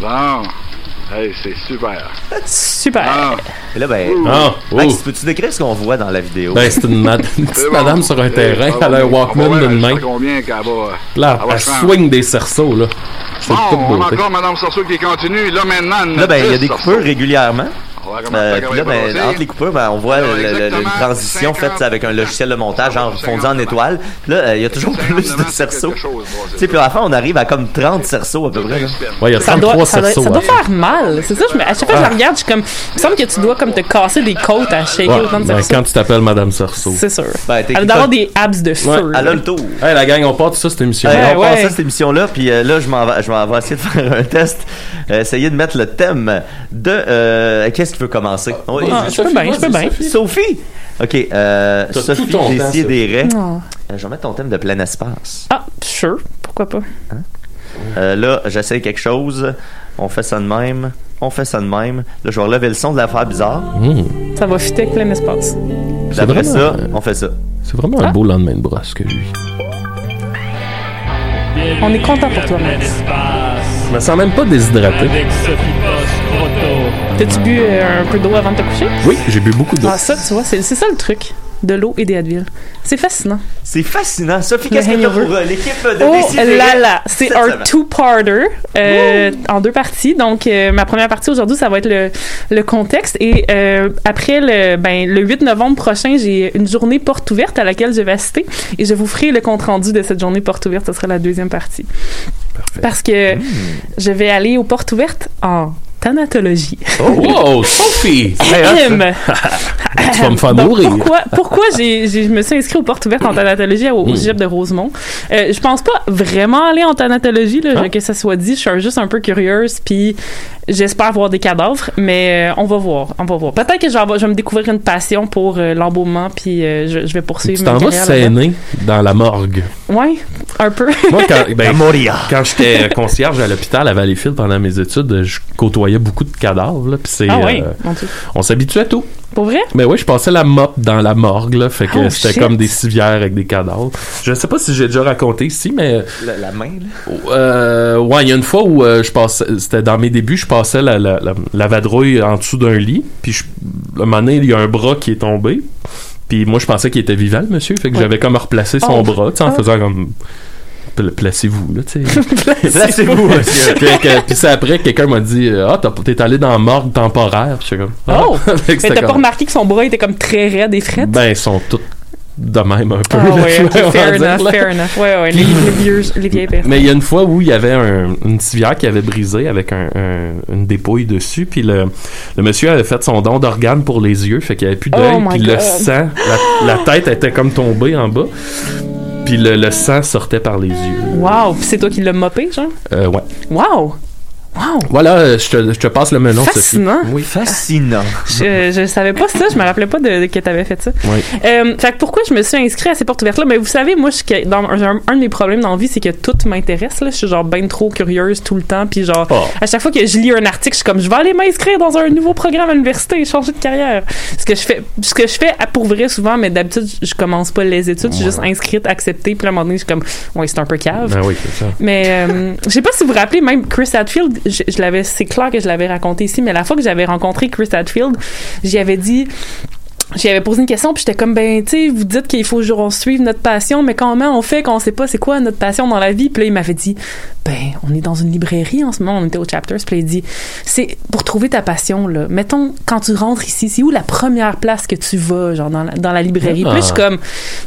[SPEAKER 10] Bon, hey, c'est super. Ah.
[SPEAKER 5] Super.
[SPEAKER 3] Et là, ben,
[SPEAKER 10] Ouh.
[SPEAKER 4] Ah,
[SPEAKER 3] Max, peux-tu décrire ce qu'on voit dans la vidéo?
[SPEAKER 4] Ben, c'est une, mad- une petite madame sur un terrain, elle a un
[SPEAKER 10] Ah
[SPEAKER 4] Walkman d'une main.
[SPEAKER 10] C'est combien qu'elle va... euh,
[SPEAKER 4] Là,
[SPEAKER 10] elle va
[SPEAKER 4] elle
[SPEAKER 10] se rendre?
[SPEAKER 4] swing des cerceaux, là. C'est
[SPEAKER 10] Bon,
[SPEAKER 4] de toute
[SPEAKER 10] on a
[SPEAKER 4] beauté.
[SPEAKER 10] encore Madame Sarceau qui continue. Là, maintenant,
[SPEAKER 3] Là, ben, il y a
[SPEAKER 10] notre
[SPEAKER 3] des coupures régulièrement.
[SPEAKER 10] On va commencer
[SPEAKER 3] Euh,
[SPEAKER 10] avec
[SPEAKER 3] puis là,
[SPEAKER 10] la
[SPEAKER 3] ben,
[SPEAKER 10] brasserie.
[SPEAKER 3] entre les coupures, ben, on voit le- le- le- une transition faite avec un logiciel de montage en fondant en étoile. Puis là, euh, il y a toujours plus de cerceaux. Tu sais, puis à la fin, on arrive à comme 30 cerceaux à peu près. là.
[SPEAKER 4] Ouais, il y a
[SPEAKER 5] Ça doit,
[SPEAKER 4] 33
[SPEAKER 5] ça doit-
[SPEAKER 4] cerceaux.
[SPEAKER 5] ça doit
[SPEAKER 4] hein.
[SPEAKER 5] faire mal. C'est ça, je me- à chaque fois que je
[SPEAKER 4] Ah.
[SPEAKER 5] la regarde, je suis comme. Il me semble que tu dois comme te casser des côtes à shaker
[SPEAKER 4] Ouais,
[SPEAKER 5] autant de
[SPEAKER 4] ben,
[SPEAKER 5] cerceaux.
[SPEAKER 4] quand tu t'appelles Madame Sarceau.
[SPEAKER 5] C'est sûr.
[SPEAKER 3] Ben, t'es-
[SPEAKER 5] Elle doit avoir des abs de
[SPEAKER 3] Ouais,
[SPEAKER 5] feu.
[SPEAKER 3] elle
[SPEAKER 5] là.
[SPEAKER 3] a le tour.
[SPEAKER 4] Hey, la gang, on part de ça, cette émission.
[SPEAKER 5] Ben
[SPEAKER 3] Euh, on
[SPEAKER 4] On part
[SPEAKER 3] passe
[SPEAKER 4] de
[SPEAKER 3] à
[SPEAKER 4] ça,
[SPEAKER 3] cette émission-là, puis euh, là, je m'en vais, je m'en vais essayer de faire un test, euh, essayer de mettre le thème de... euh, qu'est-ce qui veut commencer? Oui,
[SPEAKER 5] Ah,
[SPEAKER 3] c'est
[SPEAKER 5] je peux
[SPEAKER 3] Sophie,
[SPEAKER 5] bien, je
[SPEAKER 3] vas-y,
[SPEAKER 5] peux bien.
[SPEAKER 3] Sophie. Sophie! OK, euh,
[SPEAKER 4] T'as
[SPEAKER 3] Sophie,
[SPEAKER 4] tout ton temps,
[SPEAKER 3] Décier des raies.
[SPEAKER 5] Non.
[SPEAKER 3] Euh, je vais mettre ton thème de plein espace.
[SPEAKER 5] Ah, sure. Pourquoi pas?
[SPEAKER 3] Euh, là, j'essaie quelque chose, on fait ça de même, on fait ça de même. Là, je vais relever le son de l'affaire bizarre.
[SPEAKER 4] Mmh.
[SPEAKER 5] Ça va fitter avec plein espace.
[SPEAKER 3] Puis
[SPEAKER 4] C'est
[SPEAKER 3] après
[SPEAKER 4] vraiment- euh,
[SPEAKER 3] ça, on fait ça.
[SPEAKER 4] C'est vraiment
[SPEAKER 5] Ah.
[SPEAKER 4] un beau lendemain de brosse que j'ai eu.
[SPEAKER 5] On est content pour toi, Max.
[SPEAKER 4] Je me sens même pas déshydraté.
[SPEAKER 5] T'as-tu bu euh, un peu d'eau avant de te coucher?
[SPEAKER 4] Oui, j'ai bu beaucoup d'eau.
[SPEAKER 5] Ah, ça, tu vois, c'est c'est ça le truc. De l'eau et des Advil. C'est fascinant.
[SPEAKER 3] C'est fascinant. Sophie, qu'est-ce que t'as pour euh, l'équipe de
[SPEAKER 5] Oh
[SPEAKER 3] Décier des
[SPEAKER 5] là
[SPEAKER 3] Raies
[SPEAKER 5] là, c'est
[SPEAKER 3] cette
[SPEAKER 5] un
[SPEAKER 3] semaine?
[SPEAKER 5] two-parter euh, en deux parties. Donc, euh, ma première partie aujourd'hui, ça va être le, le contexte. Et euh, après, le, ben, le 8 novembre prochain, j'ai une journée porte ouverte à laquelle je vais assister. Et je vous ferai le compte-rendu de cette journée porte ouverte. Ce sera la deuxième partie.
[SPEAKER 4] Parfait.
[SPEAKER 5] Parce que
[SPEAKER 3] Hmm.
[SPEAKER 5] je vais aller aux portes ouvertes en thanatologie.
[SPEAKER 4] Wow, Sophie!
[SPEAKER 5] Ahem.
[SPEAKER 4] hein, Tu vas me faire
[SPEAKER 5] Donc,
[SPEAKER 4] mourir.
[SPEAKER 5] Pourquoi, pourquoi j'ai, j'ai- je me suis inscrit aux portes ouvertes en thanatologie
[SPEAKER 4] Hmm.
[SPEAKER 5] au, au Cégep de Rosemont? Euh, je pense pas vraiment aller en thanatologie,
[SPEAKER 4] Ah.
[SPEAKER 5] là, que ça soit dit. Je suis juste un peu curieuse, puis j'espère voir des cadavres, mais euh, on va voir. On va voir. Peut-être que je vais, avoir- je vais me découvrir une passion pour euh, l'embaumement, puis euh, je, je vais poursuivre
[SPEAKER 4] Tu
[SPEAKER 5] ma
[SPEAKER 4] t'en vas
[SPEAKER 5] carrière là-dedans.
[SPEAKER 4] saigner dans la morgue.
[SPEAKER 5] Ouais, un peu.
[SPEAKER 4] Moi, quand, ben, quand j'étais concierge à l'hôpital à Valleyfield pendant mes études, je côtoyais beaucoup de cadavres. Là, puis c'est,
[SPEAKER 5] ah ouais,
[SPEAKER 4] euh,
[SPEAKER 5] mon Dieu.
[SPEAKER 4] on s'habitue à tout.
[SPEAKER 5] Pour vrai?
[SPEAKER 4] Mais oui, je passais la mop dans la morgue. Là, fait que
[SPEAKER 5] Oh,
[SPEAKER 4] c'était
[SPEAKER 5] shit.
[SPEAKER 4] comme des civières avec des cadavres. Je sais pas si j'ai déjà raconté ici, mais
[SPEAKER 3] La, la main, là.
[SPEAKER 4] Euh, ouais, il y a une fois où euh, je passais, c'était dans mes débuts, je passais la, la, la, la vadrouille en dessous d'un lit, puis je, à un moment donné, il y a un bras qui est tombé, puis moi je pensais qu'il était vivant, le monsieur, fait que
[SPEAKER 5] Ouais.
[SPEAKER 4] j'avais comme replacé son
[SPEAKER 5] Oh.
[SPEAKER 4] bras, tu sais, en
[SPEAKER 5] Ah.
[SPEAKER 4] faisant comme. Pla- Placez-vous, là, tu sais.
[SPEAKER 3] Placez-vous, monsieur.
[SPEAKER 4] Puis, que- puis c'est après, quelqu'un m'a dit euh, Ah, t'as- t'es allé dans la morgue temporaire, puis j'étais comme. Ah.
[SPEAKER 5] Oh!
[SPEAKER 4] Fait que
[SPEAKER 5] Mais
[SPEAKER 4] c'était
[SPEAKER 5] t'as pas
[SPEAKER 4] comme-
[SPEAKER 5] remarqué que son bras était comme très raide et frette?
[SPEAKER 4] Ben, ils sont tous de même un peu.
[SPEAKER 5] ah
[SPEAKER 4] là,
[SPEAKER 5] ouais,
[SPEAKER 4] tu
[SPEAKER 5] ok,
[SPEAKER 4] vois, on va
[SPEAKER 5] fair
[SPEAKER 4] dire,
[SPEAKER 5] enough,
[SPEAKER 4] là.
[SPEAKER 5] fair enough. Ouais, ouais, les, les vieux, les vieilles personnes.
[SPEAKER 4] Mais il y a une fois où il y avait un- une civière qui avait brisé avec un- un- une dépouille dessus, puis le, le monsieur avait fait son don d'organes pour les yeux, fait qu'il n'y avait plus d'œil,
[SPEAKER 5] Oh my
[SPEAKER 4] puis
[SPEAKER 5] God.
[SPEAKER 4] le sang, la, la tête était comme tombée en bas, puis le, le sang sortait par les yeux.
[SPEAKER 5] Wow, pis c'est toi qui l'as mopé, genre?
[SPEAKER 4] Euh, ouais.
[SPEAKER 5] Wow! Wow!
[SPEAKER 4] Voilà, euh, je te, je te passe le melon, Sophie.
[SPEAKER 5] Fascinant!
[SPEAKER 4] Oui.
[SPEAKER 3] Fascinant.
[SPEAKER 5] Je, je savais pas ça, je me rappelais pas de, de que t'avais fait ça.
[SPEAKER 4] Oui.
[SPEAKER 5] Euh, fait que pourquoi je me suis inscrite à ces portes ouvertes-là? Mais vous savez, moi, je suis que- dans, un, un de mes problèmes dans la vie, c'est que tout m'intéresse. là. Je suis genre ben trop curieuse tout le temps. Puis genre,
[SPEAKER 4] Oh.
[SPEAKER 5] à chaque fois que je lis un article, je suis comme, je vais aller m'inscrire dans un nouveau programme à l'université et changer de carrière. Ce que je fais, ce que je fais à- pour vrai souvent, mais d'habitude, je commence pas les études. Je suis juste inscrite, acceptée. Puis à un moment donné, je suis comme, ouais, c'est un peu cave.
[SPEAKER 4] Ben oui, c'est ça.
[SPEAKER 5] Mais euh, je sais pas si vous vous rappelez, même Chris Hadfield, je, je l'avais, c'est clair que je l'avais raconté ici, mais la fois que j'avais rencontré Chris Hadfield, j'y avais dit. J'y avais posé une question, puis j'étais comme, ben, tu sais, vous dites qu'il faut toujours on suive notre passion, mais comment on fait quand on sait pas c'est quoi notre passion dans la vie? Puis là, il m'avait dit, ben, on est dans une librairie en ce moment, on était au Chapters, puis là, il dit, c'est pour trouver ta passion, là. Mettons, quand tu rentres ici, c'est où la première place que tu vas, genre, dans la, dans la librairie? Puis là, je suis
[SPEAKER 4] Ah.
[SPEAKER 5] comme,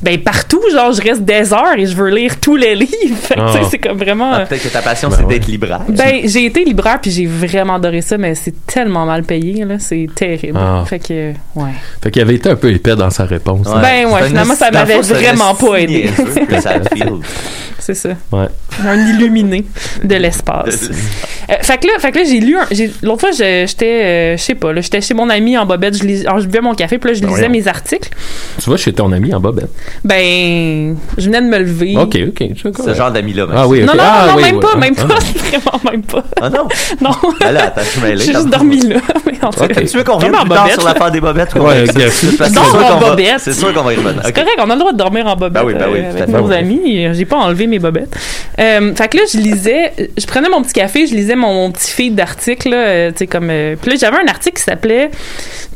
[SPEAKER 5] ben, partout, genre, je reste des heures et je veux lire tous les livres. Fait que, tu sais,
[SPEAKER 4] Ah.
[SPEAKER 5] c'est comme vraiment. euh,
[SPEAKER 3] Ah, Peut-être que ta passion, c'est d'être libraire.
[SPEAKER 5] Ben, j'ai été libraire puis j'ai vraiment adoré ça, mais c'est tellement mal payé, là. C'est terrible.
[SPEAKER 4] Ah.
[SPEAKER 5] Fait que, ouais.
[SPEAKER 4] Fait qu'il avait été un peu épais dans sa réponse. hein.
[SPEAKER 5] Ben ouais,
[SPEAKER 3] C'est un
[SPEAKER 5] finalement, ça
[SPEAKER 3] esti- dans le
[SPEAKER 5] m'avait
[SPEAKER 3] fond, c'est un
[SPEAKER 5] vraiment
[SPEAKER 3] esti
[SPEAKER 5] pas aidé.
[SPEAKER 3] niaiseux, Chris Hadfield.
[SPEAKER 5] C'est ça.
[SPEAKER 4] Ouais.
[SPEAKER 5] Un illuminé de l'espace. Euh, fait que là, fait que là j'ai lu un. j'ai- L'autre fois, je- j'étais, euh, je sais pas, là, j'étais chez mon ami en bobette, je, lis- alors, je buvais mon café, puis là, je
[SPEAKER 4] Ben
[SPEAKER 5] lisais
[SPEAKER 4] voyons.
[SPEAKER 5] mes articles.
[SPEAKER 4] Tu vois, chez ton ami en bobette.
[SPEAKER 5] Ben, je venais de me lever.
[SPEAKER 4] Ok, ok.
[SPEAKER 3] Ce genre d'amis-là,
[SPEAKER 4] Ah oui, ok.
[SPEAKER 5] Non, non,
[SPEAKER 4] Ah,
[SPEAKER 5] non, non,
[SPEAKER 4] oui,
[SPEAKER 5] même
[SPEAKER 4] oui.
[SPEAKER 5] pas,
[SPEAKER 4] Ah,
[SPEAKER 5] même
[SPEAKER 4] ah.
[SPEAKER 5] pas, vraiment même pas.
[SPEAKER 3] Ah non?
[SPEAKER 5] Non.
[SPEAKER 3] Ah là, attends, je suis mêlé.
[SPEAKER 5] J'ai
[SPEAKER 3] là.
[SPEAKER 5] juste dormi là. Mais en tout
[SPEAKER 3] Ok.
[SPEAKER 5] cas,
[SPEAKER 3] Tu veux qu'on revienne plus
[SPEAKER 5] dormi en
[SPEAKER 3] tard
[SPEAKER 5] bobette,
[SPEAKER 3] sur
[SPEAKER 5] là.
[SPEAKER 3] l'affaire des bobettes?
[SPEAKER 4] Ouais,
[SPEAKER 3] avec ça?
[SPEAKER 4] gaffe.
[SPEAKER 3] Parce que
[SPEAKER 5] Dors
[SPEAKER 3] c'est sûr
[SPEAKER 5] en
[SPEAKER 3] qu'on va-
[SPEAKER 5] bobette.
[SPEAKER 3] C'est sûr qu'on va y revenir.
[SPEAKER 5] C'est
[SPEAKER 3] Ok.
[SPEAKER 5] correct, on a le droit de dormir en bobette
[SPEAKER 3] Ben oui, ben oui,
[SPEAKER 5] euh,
[SPEAKER 3] tout à
[SPEAKER 5] avec
[SPEAKER 3] fait.
[SPEAKER 5] nos
[SPEAKER 3] Oui.
[SPEAKER 5] amis. J'ai pas enlevé mes bobettes. Euh, fait que là, je lisais, je prenais mon petit café, je lisais mon, mon petit feed d'articles. là, euh, tu sais, comme, euh, puis là, j'avais un article qui s'appelait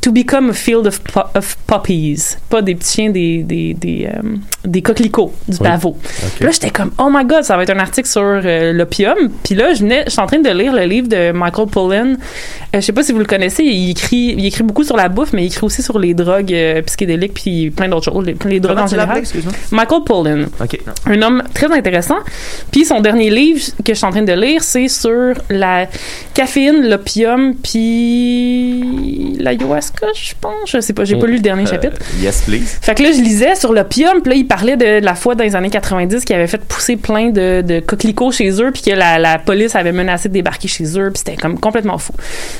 [SPEAKER 5] To Become a Field of, Po- of Puppies. Pas des petits chiens, des, des, des, euh, des coquelicots, du
[SPEAKER 11] Oui.
[SPEAKER 5] pavot. Puis là, j'étais comme, oh my god, ça va être un article sur euh, l'opium. Puis là, je venais, je suis en train de lire le livre de Michael Pollan. Euh, je sais pas si vous le connaissez, il écrit, il écrit beaucoup sur la bouffe, mais il écrit aussi sur les drogues euh, psychédéliques puis plein d'autres choses, les, les drogues
[SPEAKER 3] Comment
[SPEAKER 5] en
[SPEAKER 3] tu l'appelles,
[SPEAKER 5] général.
[SPEAKER 3] excuse-moi?
[SPEAKER 5] Michael Pollan.
[SPEAKER 3] Ok, non.
[SPEAKER 5] Un homme très intéressant. Puis son dernier livre que je suis en train de lire, c'est sur la caféine, l'opium, puis l'ayahuasca, je pense. Je sais pas, j'ai pas lu le dernier
[SPEAKER 3] Euh,
[SPEAKER 5] chapitre.
[SPEAKER 3] Yes, please.
[SPEAKER 5] Fait que là, je lisais sur l'opium, puis là, il parlait de la fois dans les années 90 qui avait fait pousser plein de, de coquelicots chez eux, puis que la, la police avait menacé de débarquer chez eux, puis c'était comme complètement fou.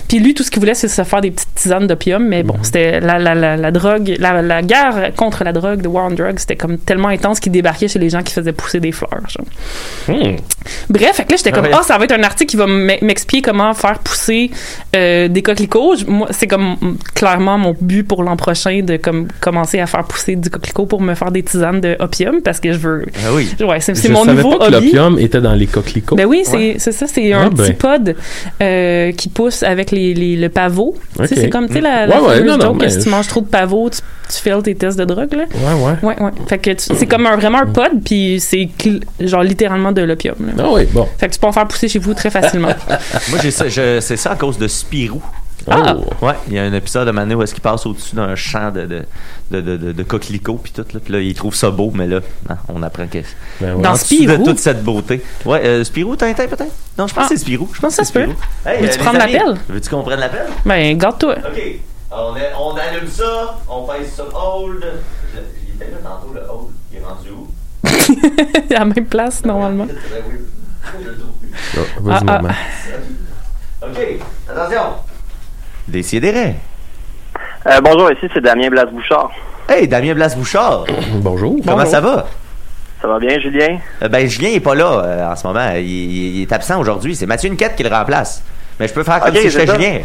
[SPEAKER 5] Puis lui, tout ce qu'il voulait, c'est se faire des petites tisanes d'opium, mais bon, c'était la, la, la, la drogue, la, la guerre contre la drogue, the war on drugs, c'était comme tellement intense qu'il débarquait chez les gens qui faisaient pousser des fleurs. genre. Hmm. Bref, fait que là, j'étais
[SPEAKER 11] Ah
[SPEAKER 5] comme,
[SPEAKER 11] ouais.
[SPEAKER 5] ah, ça va être un article qui va m'e- m'expliquer comment faire pousser euh, des coquelicots. Je- Moi, c'est comme mm, clairement mon but pour l'an prochain de comme commencer à faire pousser du coquelicot pour me faire des tisanes de opium parce que je veux.
[SPEAKER 4] Ah oui.
[SPEAKER 5] Ouais, c'est c'est
[SPEAKER 4] Je
[SPEAKER 5] mon
[SPEAKER 4] savais
[SPEAKER 5] nouveau
[SPEAKER 4] pas que
[SPEAKER 5] hobby.
[SPEAKER 4] l'opium était dans les coquelicots.
[SPEAKER 5] Ben oui, c'est c'est ça, c'est
[SPEAKER 4] Ah
[SPEAKER 5] un
[SPEAKER 4] ben.
[SPEAKER 5] petit pod euh, qui pousse avec les, les- le pavot. Tu sais,
[SPEAKER 4] Ok.
[SPEAKER 5] C'est comme, tu sais, la, la
[SPEAKER 4] Ouais, ouais,
[SPEAKER 5] fameuse
[SPEAKER 4] non, non,
[SPEAKER 5] joke que
[SPEAKER 4] mais
[SPEAKER 5] si tu
[SPEAKER 4] je-
[SPEAKER 5] manges trop de pavot, tu, tu fais tes tests de drogue, là.
[SPEAKER 4] Ouais, ouais.
[SPEAKER 5] Ouais, ouais. Fait que tu- c'est comme un, vraiment un pod, puis c'est cl- genre littéralement de l'opium. là.
[SPEAKER 4] Ah oui, bon.
[SPEAKER 5] Fait que tu peux en faire pousser chez vous très facilement.
[SPEAKER 3] Moi, j'ai ça, je- c'est ça à cause de Spirou.
[SPEAKER 5] Ah!
[SPEAKER 3] Ouais, il y a un épisode de Mané où est-ce qu'il passe au-dessus d'un champ de, de, de, de, de- de coquelicots puis tout là, puis là il trouve ça beau mais là hein, on apprend que
[SPEAKER 5] Ben
[SPEAKER 4] ouais.
[SPEAKER 3] En
[SPEAKER 4] Dans
[SPEAKER 3] dessous de
[SPEAKER 4] Spirou?
[SPEAKER 3] toute cette beauté. Ouais, euh, Spirou Tintin peut-être Non, je pense
[SPEAKER 5] Ah.
[SPEAKER 3] que c'est Spirou. euh, Je pense
[SPEAKER 5] que ça se peut. Ah. Veux-tu prendre l'appel?
[SPEAKER 3] Veux-tu qu'on prenne l'appel
[SPEAKER 5] Ben, garde-toi.
[SPEAKER 3] OK. On, est- on allume ça, on pèse sur hold. Je- Il était là tantôt le hold, il est rendu où
[SPEAKER 5] à la même place, normalement.
[SPEAKER 3] Ben oui, je le trouve plus.
[SPEAKER 5] vas-y, Ah, ah. maman.
[SPEAKER 3] OK, attention. Décidérez.
[SPEAKER 12] Euh, bonjour, ici c'est Damien Blas-Bouchard.
[SPEAKER 3] Hey, Damien Blas-Bouchard.
[SPEAKER 4] Bonjour.
[SPEAKER 3] Comment
[SPEAKER 12] Bonjour.
[SPEAKER 3] ça va?
[SPEAKER 12] Ça va bien, Julien?
[SPEAKER 3] Euh, ben, Julien est pas là euh, en ce moment. Il, il- il est absent aujourd'hui. C'est Mathieu Niquette qui le remplace. Mais je peux faire comme
[SPEAKER 12] Ok,
[SPEAKER 3] si
[SPEAKER 12] c'est
[SPEAKER 3] j'étais
[SPEAKER 12] ça.
[SPEAKER 3] Julien.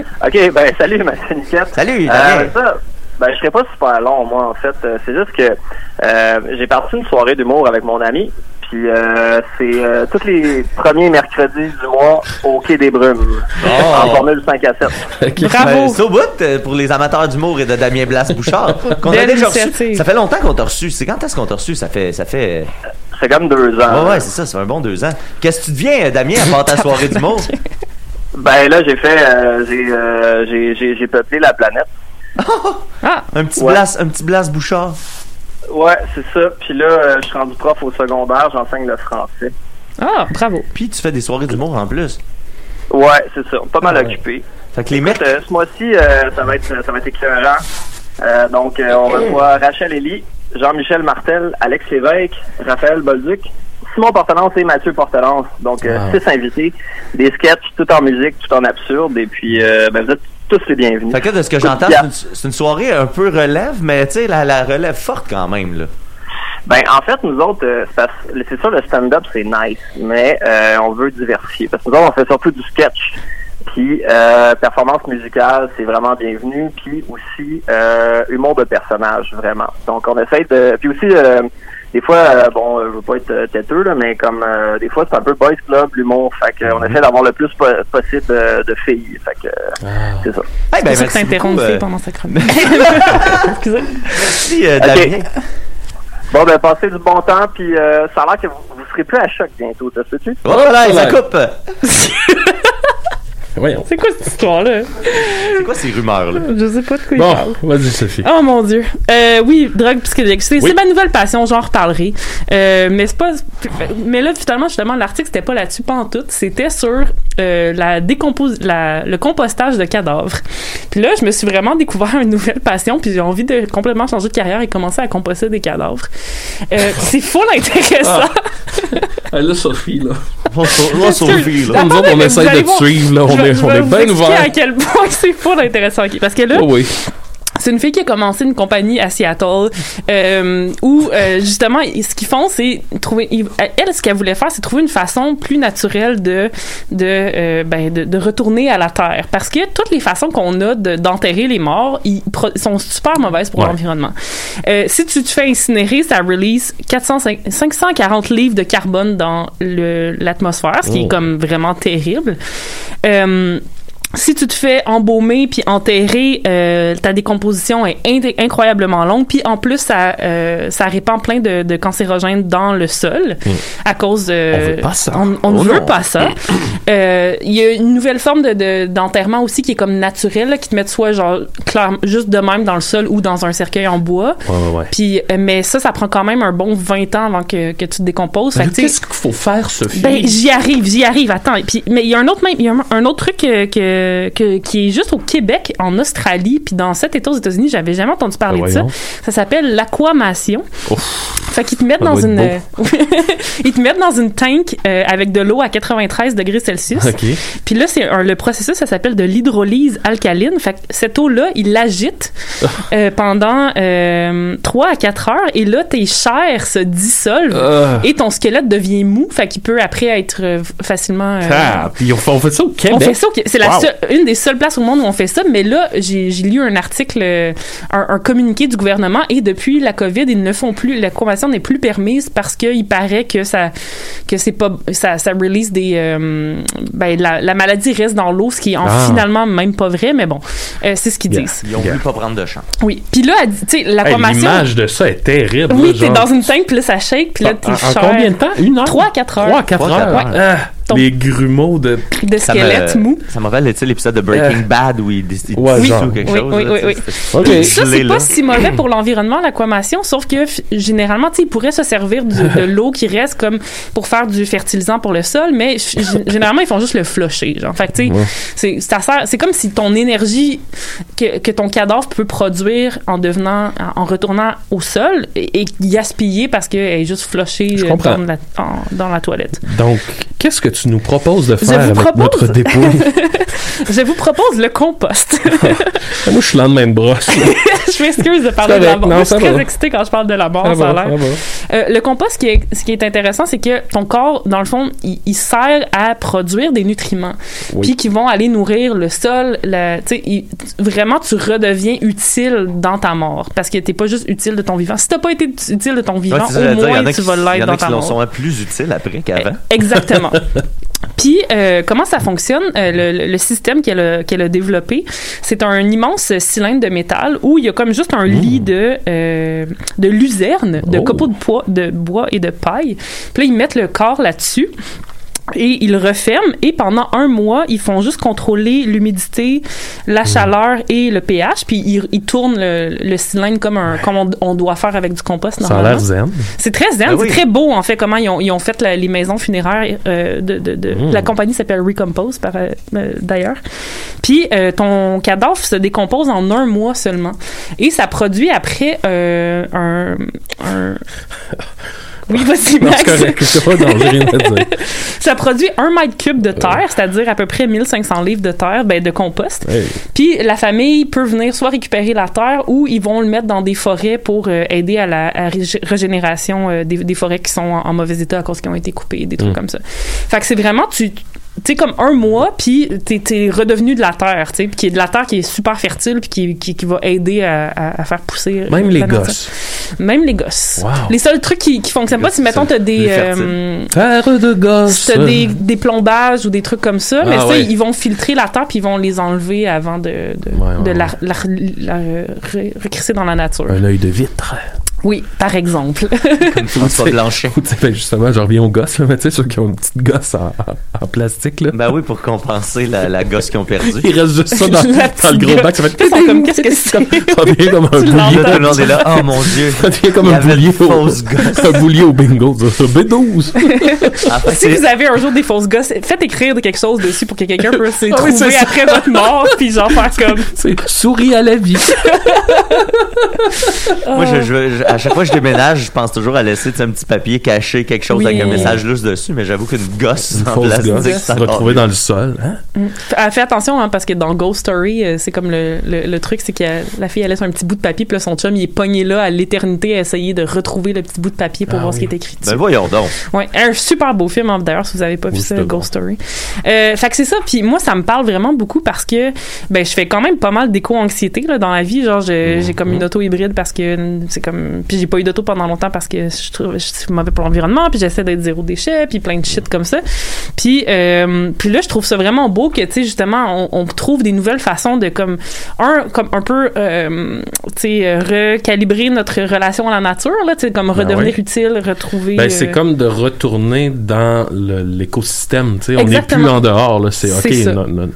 [SPEAKER 12] OK, ben salut, Mathieu Niquette.
[SPEAKER 3] Salut,
[SPEAKER 12] Euh,
[SPEAKER 3] Damien.
[SPEAKER 12] ça, ben, je serai pas super long, moi, en fait. Euh, C'est juste que euh, j'ai parti une soirée d'humour avec mon ami. Puis euh, c'est euh, tous les premiers mercredis du mois au Quai des Brumes. En formule 5 à 7.
[SPEAKER 3] Ben, c'est au bout euh, pour les amateurs d'humour et de Damien Blas-Bouchard. qu'on a
[SPEAKER 12] Belle
[SPEAKER 3] déjà reçu.
[SPEAKER 12] initiative.
[SPEAKER 3] Ça fait longtemps qu'on t'a reçu. C'est quand est-ce qu'on t'a reçu? Ça fait. Ça fait... euh,
[SPEAKER 12] Euh, C'est comme deux ans.
[SPEAKER 3] Ouais, ouais, c'est ça. C'est un bon deux ans. Qu'est-ce que tu deviens, euh, Damien, à part ta soirée d'humour?
[SPEAKER 12] Ben là, j'ai fait, euh, j'ai, euh, j'ai, j'ai, j'ai peuplé la planète.
[SPEAKER 3] Un petit
[SPEAKER 12] Ouais.
[SPEAKER 3] Blas, un petit Blas Bouchard.
[SPEAKER 12] Ouais, c'est ça. Puis là, euh, je suis rendu prof au secondaire, j'enseigne le français.
[SPEAKER 5] Ah, bravo.
[SPEAKER 3] Puis tu fais des soirées d'humour en plus.
[SPEAKER 12] Ouais, c'est ça. Pas mal occupé.
[SPEAKER 3] Ah Fait que les
[SPEAKER 12] Écoute, euh, ce mois-ci, euh, ça va être, ça va être éclairant. Euh, donc, euh, on reçoit Rachel Ellie, Jean-Michel Martel, Alex Lévesque, Raphaël Bolduc, Simon Portelance et Mathieu Portelance. Donc, euh,
[SPEAKER 3] Wow.
[SPEAKER 12] six invités, des sketchs, tout en musique, tout en absurde. Et puis, euh, ben, vous êtes tous les bienvenus.
[SPEAKER 3] Fait que là, de ce que
[SPEAKER 12] Coup de
[SPEAKER 3] j'entends,
[SPEAKER 12] piaf.
[SPEAKER 3] c'est une, c'est une soirée un peu relève, mais tu sais, la, la relève forte quand même, là.
[SPEAKER 12] Ben, en fait, nous autres, euh, c'est parce- c'est sûr, le stand-up, c'est nice, mais euh, on veut diversifier. Parce que nous autres, on fait surtout du sketch. Puis, euh, performance musicale, c'est vraiment bienvenu. Puis aussi, euh, humour de personnage, vraiment. Donc, on essaye de... Puis aussi, euh, des fois, euh, bon, euh, je veux pas être euh, têteux, là, mais comme euh, des fois, c'est un peu boys club, l'humour. Fait que, euh, on essaie d'avoir le plus po- possible euh, de filles. Fait que, euh, c'est ça.
[SPEAKER 3] Eh ben,
[SPEAKER 5] C'est pour ça
[SPEAKER 3] merci
[SPEAKER 5] que t'interromps
[SPEAKER 3] beaucoup,
[SPEAKER 5] Phil,
[SPEAKER 3] euh,
[SPEAKER 5] pendant sa chronique.
[SPEAKER 3] Merci, euh,
[SPEAKER 12] Ok.
[SPEAKER 3] Damien.
[SPEAKER 12] Bon, ben, passez du bon temps, puis euh, ça a l'air que vous, vous serez plus à choc bientôt, ça se tu
[SPEAKER 4] Oh,
[SPEAKER 3] Voilà, ça coupe.
[SPEAKER 5] C'est quoi cette histoire-là?
[SPEAKER 3] C'est quoi ces rumeurs-là?
[SPEAKER 5] Je sais pas de quoi il parle.
[SPEAKER 4] Bon, vas-y, Sophie.
[SPEAKER 5] Oh mon dieu. Euh, oui, drogue psychédélique. C'est
[SPEAKER 4] Oui.
[SPEAKER 5] c'est ma nouvelle passion, j'en reparlerai. Euh, mais c'est pas mais là finalement justement l'article c'était pas là-dessus pas en tout, c'était sur euh, la décompose, la, le compostage de cadavres. Puis là, je me suis vraiment découvert une nouvelle passion, puis j'ai envie de complètement changer de carrière et commencer à composter des cadavres. Euh, c'est full intéressant.
[SPEAKER 4] Ah, là, Sophie, là.
[SPEAKER 3] Là, Sophie, là.
[SPEAKER 4] Nous autres, on
[SPEAKER 5] mais vous
[SPEAKER 4] essaie
[SPEAKER 5] allez
[SPEAKER 4] de te
[SPEAKER 5] voir-
[SPEAKER 4] suivre, là.
[SPEAKER 5] je
[SPEAKER 4] On
[SPEAKER 5] vais-
[SPEAKER 4] est,
[SPEAKER 5] je
[SPEAKER 4] on
[SPEAKER 5] vais
[SPEAKER 4] est
[SPEAKER 5] vous
[SPEAKER 4] bien
[SPEAKER 5] expliquer
[SPEAKER 4] ouverts.
[SPEAKER 5] à quel point c'est full intéressant. ok. Parce que là,
[SPEAKER 4] Oh oui.
[SPEAKER 5] c'est une fille qui a commencé une compagnie à Seattle euh, où euh, justement ils- ce qu'ils font c'est trouver ils- elle ce qu'elle voulait faire c'est trouver une façon plus naturelle de de euh, ben de, de retourner à la terre parce que toutes les façons qu'on a de- d'enterrer les morts ils pro- sont super mauvaises pour
[SPEAKER 11] Ouais.
[SPEAKER 5] l'environnement. Euh, si tu te fais incinérer ça release 400 540 livres de carbone dans le- l'atmosphère ce qui
[SPEAKER 11] Oh.
[SPEAKER 5] est comme vraiment terrible. Euh, si tu te fais embaumer puis enterrer, euh, ta décomposition est ind- incroyablement longue. Puis en plus, ça, euh, ça répand plein de, de cancérogènes dans le sol
[SPEAKER 11] Mm.
[SPEAKER 5] à cause de...
[SPEAKER 11] On veut pas ça.
[SPEAKER 5] Euh, On, on ne
[SPEAKER 11] Oh
[SPEAKER 5] veut
[SPEAKER 11] non.
[SPEAKER 5] pas ça. Euh, Il y a une nouvelle forme de- de- d'enterrement aussi qui est comme naturelle, là, qui te met soit genre clair- juste de même dans le sol ou dans un cercueil en bois.
[SPEAKER 4] Ouais, ouais, ouais.
[SPEAKER 5] Puis, euh, mais ça, ça prend quand même un bon 20 ans avant que, que tu te décomposes. Fait
[SPEAKER 4] Mais
[SPEAKER 5] que, tu sais-
[SPEAKER 4] Qu'est-ce qu'il faut faire, Sophie?
[SPEAKER 5] ben, j'y arrive, j'y arrive, attends. Et Puis, mais il y a un autre, même, il y a un- un autre truc que, que- que- qui est juste au Québec, en Australie, puis dans cet État aux États-Unis, j'avais jamais entendu parler
[SPEAKER 11] Ben
[SPEAKER 5] de ça.
[SPEAKER 11] voyons.
[SPEAKER 5] Ça s'appelle l'aquamation. Fait qu'ils te mettent
[SPEAKER 11] Ça
[SPEAKER 5] dans
[SPEAKER 11] doit être
[SPEAKER 5] une. euh,
[SPEAKER 11] beau.
[SPEAKER 5] ils te mettent dans une tank euh, avec de l'eau à 93 degrés Celsius.
[SPEAKER 11] Ok.
[SPEAKER 5] Puis là, c'est un- le processus, ça s'appelle de l'hydrolyse alcaline. Fait que cette eau-là, il l'agite
[SPEAKER 11] Ah.
[SPEAKER 5] euh, pendant euh, 3 à 4 heures et là, tes chairs se dissolvent
[SPEAKER 4] Ah.
[SPEAKER 5] et ton squelette devient mou. Fait qu'il peut après être euh, facilement. euh,
[SPEAKER 4] Ah, puis on fait, on fait ça au Québec.
[SPEAKER 5] on fait ça, au- c'est la
[SPEAKER 4] Wow.
[SPEAKER 5] seule- une des seules places au monde où on fait ça, mais là, j'ai j'ai lu un article, euh, un, un communiqué du gouvernement, et depuis la COVID, ils ne font plus, la convention n'est plus permise parce qu'il paraît que ça, que c'est pas, ça, ça release des, euh, ben, la, la maladie reste dans l'eau, ce qui est en-
[SPEAKER 3] Ah.
[SPEAKER 5] finalement même pas vrai, mais bon, euh, c'est ce qu'ils disent.
[SPEAKER 3] Ils ont voulu pas prendre de chance.
[SPEAKER 5] Oui. Puis là, elle dit- tu sais, la
[SPEAKER 4] Hey,
[SPEAKER 5] convention-
[SPEAKER 4] L'image de ça est terrible.
[SPEAKER 5] oui,
[SPEAKER 4] là,
[SPEAKER 5] t'es
[SPEAKER 4] genre.
[SPEAKER 5] dans une tank, puis là, ça shake, puis là,
[SPEAKER 4] En-
[SPEAKER 5] t'es
[SPEAKER 4] en
[SPEAKER 5] cher.
[SPEAKER 4] combien de temps? Une heure?
[SPEAKER 5] 3 à 4 heures.
[SPEAKER 4] 3 à 4
[SPEAKER 5] Trois à
[SPEAKER 4] heures.
[SPEAKER 5] quatre
[SPEAKER 4] Ah,
[SPEAKER 5] Ton-
[SPEAKER 4] les grumeaux de.
[SPEAKER 5] De
[SPEAKER 3] Ça me-
[SPEAKER 5] squelette mou.
[SPEAKER 3] Ça me rappelle tu sais, l'épisode de Breaking
[SPEAKER 4] Euh.
[SPEAKER 3] Bad où il décide
[SPEAKER 4] Ouais, genre.
[SPEAKER 3] quelque
[SPEAKER 5] Oui,
[SPEAKER 3] chose.
[SPEAKER 5] oui,
[SPEAKER 3] là,
[SPEAKER 5] oui,
[SPEAKER 3] tu sais,
[SPEAKER 5] oui.
[SPEAKER 3] c'est-
[SPEAKER 5] Ça,
[SPEAKER 3] gelé,
[SPEAKER 5] c'est
[SPEAKER 3] là.
[SPEAKER 5] pas si mauvais pour l'environnement, l'aquamation, sauf que f- généralement, tu sais, ils pourraient se servir du- de l'eau qui reste comme pour faire du fertilisant pour le sol, mais f- g- généralement, ils font juste le flusher. Genre. Fait que, tu sais,
[SPEAKER 11] Ouais.
[SPEAKER 5] c'est- ça sert- c'est comme si ton énergie que, que ton cadavre peut produire en devenant, en, en retournant au sol et, et gaspiller parce qu'elle est juste flushée euh,
[SPEAKER 4] comprends.
[SPEAKER 5] dans la, en- dans la toilette.
[SPEAKER 4] Donc, qu'est-ce que tu nous proposes de
[SPEAKER 5] Je
[SPEAKER 4] faire
[SPEAKER 5] vous
[SPEAKER 4] avec
[SPEAKER 5] propose-
[SPEAKER 4] notre dépouille?
[SPEAKER 5] Je vous propose le compost.
[SPEAKER 4] Moi, je suis l'an de même brosse.
[SPEAKER 5] je m'excuse de parler
[SPEAKER 4] C'est
[SPEAKER 5] de la
[SPEAKER 4] correct.
[SPEAKER 5] mort.
[SPEAKER 4] Non,
[SPEAKER 5] Moi, je
[SPEAKER 4] ça
[SPEAKER 5] suis très
[SPEAKER 4] va.
[SPEAKER 5] excitée quand je parle de la mort,
[SPEAKER 4] Ça
[SPEAKER 5] ça a
[SPEAKER 4] va,
[SPEAKER 5] l'air. Euh, le compost, ce qui est, ce qui est intéressant, c'est que ton corps, dans le fond, il, il sert à produire des nutriments,
[SPEAKER 11] Oui.
[SPEAKER 5] puis qui vont aller nourrir le sol. la- tu sais, il- vraiment, tu redeviens utile dans ta mort, parce que t'es pas juste utile de ton vivant. Si t'as pas été utile de ton
[SPEAKER 3] Ouais,
[SPEAKER 5] vivant,
[SPEAKER 3] c'est ça, j'allais dire,
[SPEAKER 5] au
[SPEAKER 3] il y en
[SPEAKER 5] moins
[SPEAKER 3] a
[SPEAKER 5] tu
[SPEAKER 3] qui-
[SPEAKER 5] vas
[SPEAKER 3] il y
[SPEAKER 5] l'être
[SPEAKER 3] en a
[SPEAKER 5] dans
[SPEAKER 3] qui
[SPEAKER 5] ta
[SPEAKER 3] l'en
[SPEAKER 5] mort. Eh,
[SPEAKER 3] sont plus utiles après qu'avant.
[SPEAKER 5] Exactement. Puis, euh, comment ça fonctionne? euh, le, le- le système qu'elle a, qu'elle a développé, c'est un immense cylindre de métal où il y a comme juste un
[SPEAKER 4] Mmh.
[SPEAKER 5] lit de, euh, de luzerne,
[SPEAKER 4] Oh.
[SPEAKER 5] de copeaux de, pois- de bois et de paille. Puis là, ils mettent le corps là-dessus. Et ils le referment et pendant un mois, ils font juste contrôler l'humidité,
[SPEAKER 4] Mmh.
[SPEAKER 5] la chaleur et le pH. Puis ils, ils tournent le, le cylindre comme, un, comme on, on doit faire avec du compost
[SPEAKER 4] Ça a
[SPEAKER 5] normalement.
[SPEAKER 4] l'air zen.
[SPEAKER 5] C'est très zen,
[SPEAKER 4] Ben oui.
[SPEAKER 5] c'est très beau en fait comment ils ont, ils ont fait la- les maisons funéraires euh, de, de- de-
[SPEAKER 4] Mm.
[SPEAKER 5] la compagnie s'appelle Recompose par euh, euh, d'ailleurs. Puis euh, ton cadavre se décompose en un mois seulement et ça produit après euh, un, un- oui vas-y
[SPEAKER 4] Non,
[SPEAKER 5] Max.
[SPEAKER 4] c'est correct. C'est pas non, j'ai rien à dire.
[SPEAKER 5] ça produit un mètre cube de terre, c'est-à-dire à peu près 1500 livres de terre, ben, de compost.
[SPEAKER 4] Hey.
[SPEAKER 5] Puis la famille peut venir soit récupérer la terre ou ils vont le mettre dans des forêts pour euh, aider à la à rég- régénération euh, des, des forêts qui sont en, en mauvais état à cause qu'ils ont été coupées, des trucs
[SPEAKER 11] Mm.
[SPEAKER 5] comme ça. Fait que c'est vraiment, tu tu sais, comme un mois, puis t'es es redevenu de la terre, tu sais, puis qui est de la terre qui est super fertile, puis qui, qui, qui va aider à, à- à faire pousser. euh,
[SPEAKER 4] Même les
[SPEAKER 5] la nature.
[SPEAKER 4] gosses.
[SPEAKER 5] Même les gosses.
[SPEAKER 4] Wow.
[SPEAKER 5] Les seuls trucs qui, qui fonctionnent pas, c'est mettons, t'as des.
[SPEAKER 4] Plus fertile.
[SPEAKER 5] euh,
[SPEAKER 4] Terre de gosse.
[SPEAKER 5] si t'as des, des plombages ou des trucs comme ça,
[SPEAKER 4] Ah
[SPEAKER 5] mais ça,
[SPEAKER 4] ouais.
[SPEAKER 5] ils vont filtrer la terre puis ils vont les enlever avant de, de,
[SPEAKER 4] Ouais, ouais,
[SPEAKER 5] de la,
[SPEAKER 4] ouais.
[SPEAKER 5] la- la- la- re- recrisser dans la nature.
[SPEAKER 4] Un œil de vitre.
[SPEAKER 5] Oui, par exemple.
[SPEAKER 3] Comme François Blanchet.
[SPEAKER 4] ben justement, je reviens aux gosses, là, mais tu sais, ceux qui ont une petite gosse en, en- en plastique, là.
[SPEAKER 3] Ben oui, pour compenser la, la gosse qu'ils ont perdue.
[SPEAKER 4] Il reste juste ça dans, dans le gros bac. Ça fait
[SPEAKER 5] Ils sont comme, qu'est-ce que c'est?
[SPEAKER 4] ça devient comme un
[SPEAKER 5] Tu
[SPEAKER 4] boulier.
[SPEAKER 5] l'entends. Tout le monde est là,
[SPEAKER 3] oh mon Dieu.
[SPEAKER 4] Ça devient comme
[SPEAKER 3] Il y
[SPEAKER 4] un
[SPEAKER 3] avait
[SPEAKER 4] boulier,
[SPEAKER 3] une
[SPEAKER 4] au,
[SPEAKER 3] fausse gosse.
[SPEAKER 4] un boulier au bingo. Ça, ça, B12.
[SPEAKER 5] si vous avez un jour des fausses gosses, faites écrire de quelque chose dessus pour que quelqu'un puisse s'y
[SPEAKER 4] Ah oui,
[SPEAKER 5] trouver
[SPEAKER 4] c'est ça.
[SPEAKER 5] après votre mort, puis genre faire comme.
[SPEAKER 4] Souris à la vie.
[SPEAKER 5] Ah.
[SPEAKER 3] Moi, je, je- je- à chaque fois que je déménage, je pense toujours à laisser tu sais, un petit papier caché, quelque chose
[SPEAKER 5] Oui.
[SPEAKER 3] avec un message lousse dessus, mais j'avoue qu'une gosse
[SPEAKER 4] Une
[SPEAKER 3] en
[SPEAKER 4] fausse
[SPEAKER 3] plastique,
[SPEAKER 4] gosse.
[SPEAKER 3] c'est encore
[SPEAKER 4] Retrouvée
[SPEAKER 3] mieux.
[SPEAKER 4] dans le sol. Hein?
[SPEAKER 5] Mm. F- ah, Fais attention, hein, parce que dans Ghost Story, euh, c'est comme le, le, le truc, c'est que euh, la fille, elle laisse un petit bout de papier, puis là, son chum, il est pogné là à l'éternité à essayer de retrouver le petit bout de papier pour
[SPEAKER 3] Ah
[SPEAKER 5] voir ce qui
[SPEAKER 3] oui.
[SPEAKER 5] est écrit dessus.
[SPEAKER 3] Ben voyons donc.
[SPEAKER 5] Ouais, un super beau film, hein, d'ailleurs, si vous avez pas vu
[SPEAKER 3] Oui,
[SPEAKER 5] ça,
[SPEAKER 3] c'était
[SPEAKER 5] Ghost Story. Euh, fait que c'est ça, puis moi, ça me parle vraiment beaucoup parce que ben, je fais quand même pas mal d'éco-anxiété là, dans la vie. Genre,
[SPEAKER 4] Mhm.
[SPEAKER 5] je- j'ai comme une auto hybride parce que mm, c'est comme. Puis j'ai pas eu d'auto pendant longtemps parce que je trouve je suis mauvais pour l'environnement, puis j'essaie d'être zéro déchet, puis plein de shit comme ça. Puis, euh, puis là, je trouve ça vraiment beau que, tu sais, justement, on, on trouve des nouvelles façons de, comme, un, comme un peu, euh, tu sais, euh, recalibrer notre relation à la nature, là, tu sais, comme
[SPEAKER 4] Ben
[SPEAKER 5] redevenir
[SPEAKER 4] oui.
[SPEAKER 5] utile, retrouver.
[SPEAKER 4] Ben,
[SPEAKER 5] euh,
[SPEAKER 4] c'est comme de retourner dans le- l'écosystème. tu sais. On n'est
[SPEAKER 5] Exactement.
[SPEAKER 4] plus en dehors. Là. C'est,
[SPEAKER 5] C'est ça.
[SPEAKER 4] OK. non- non-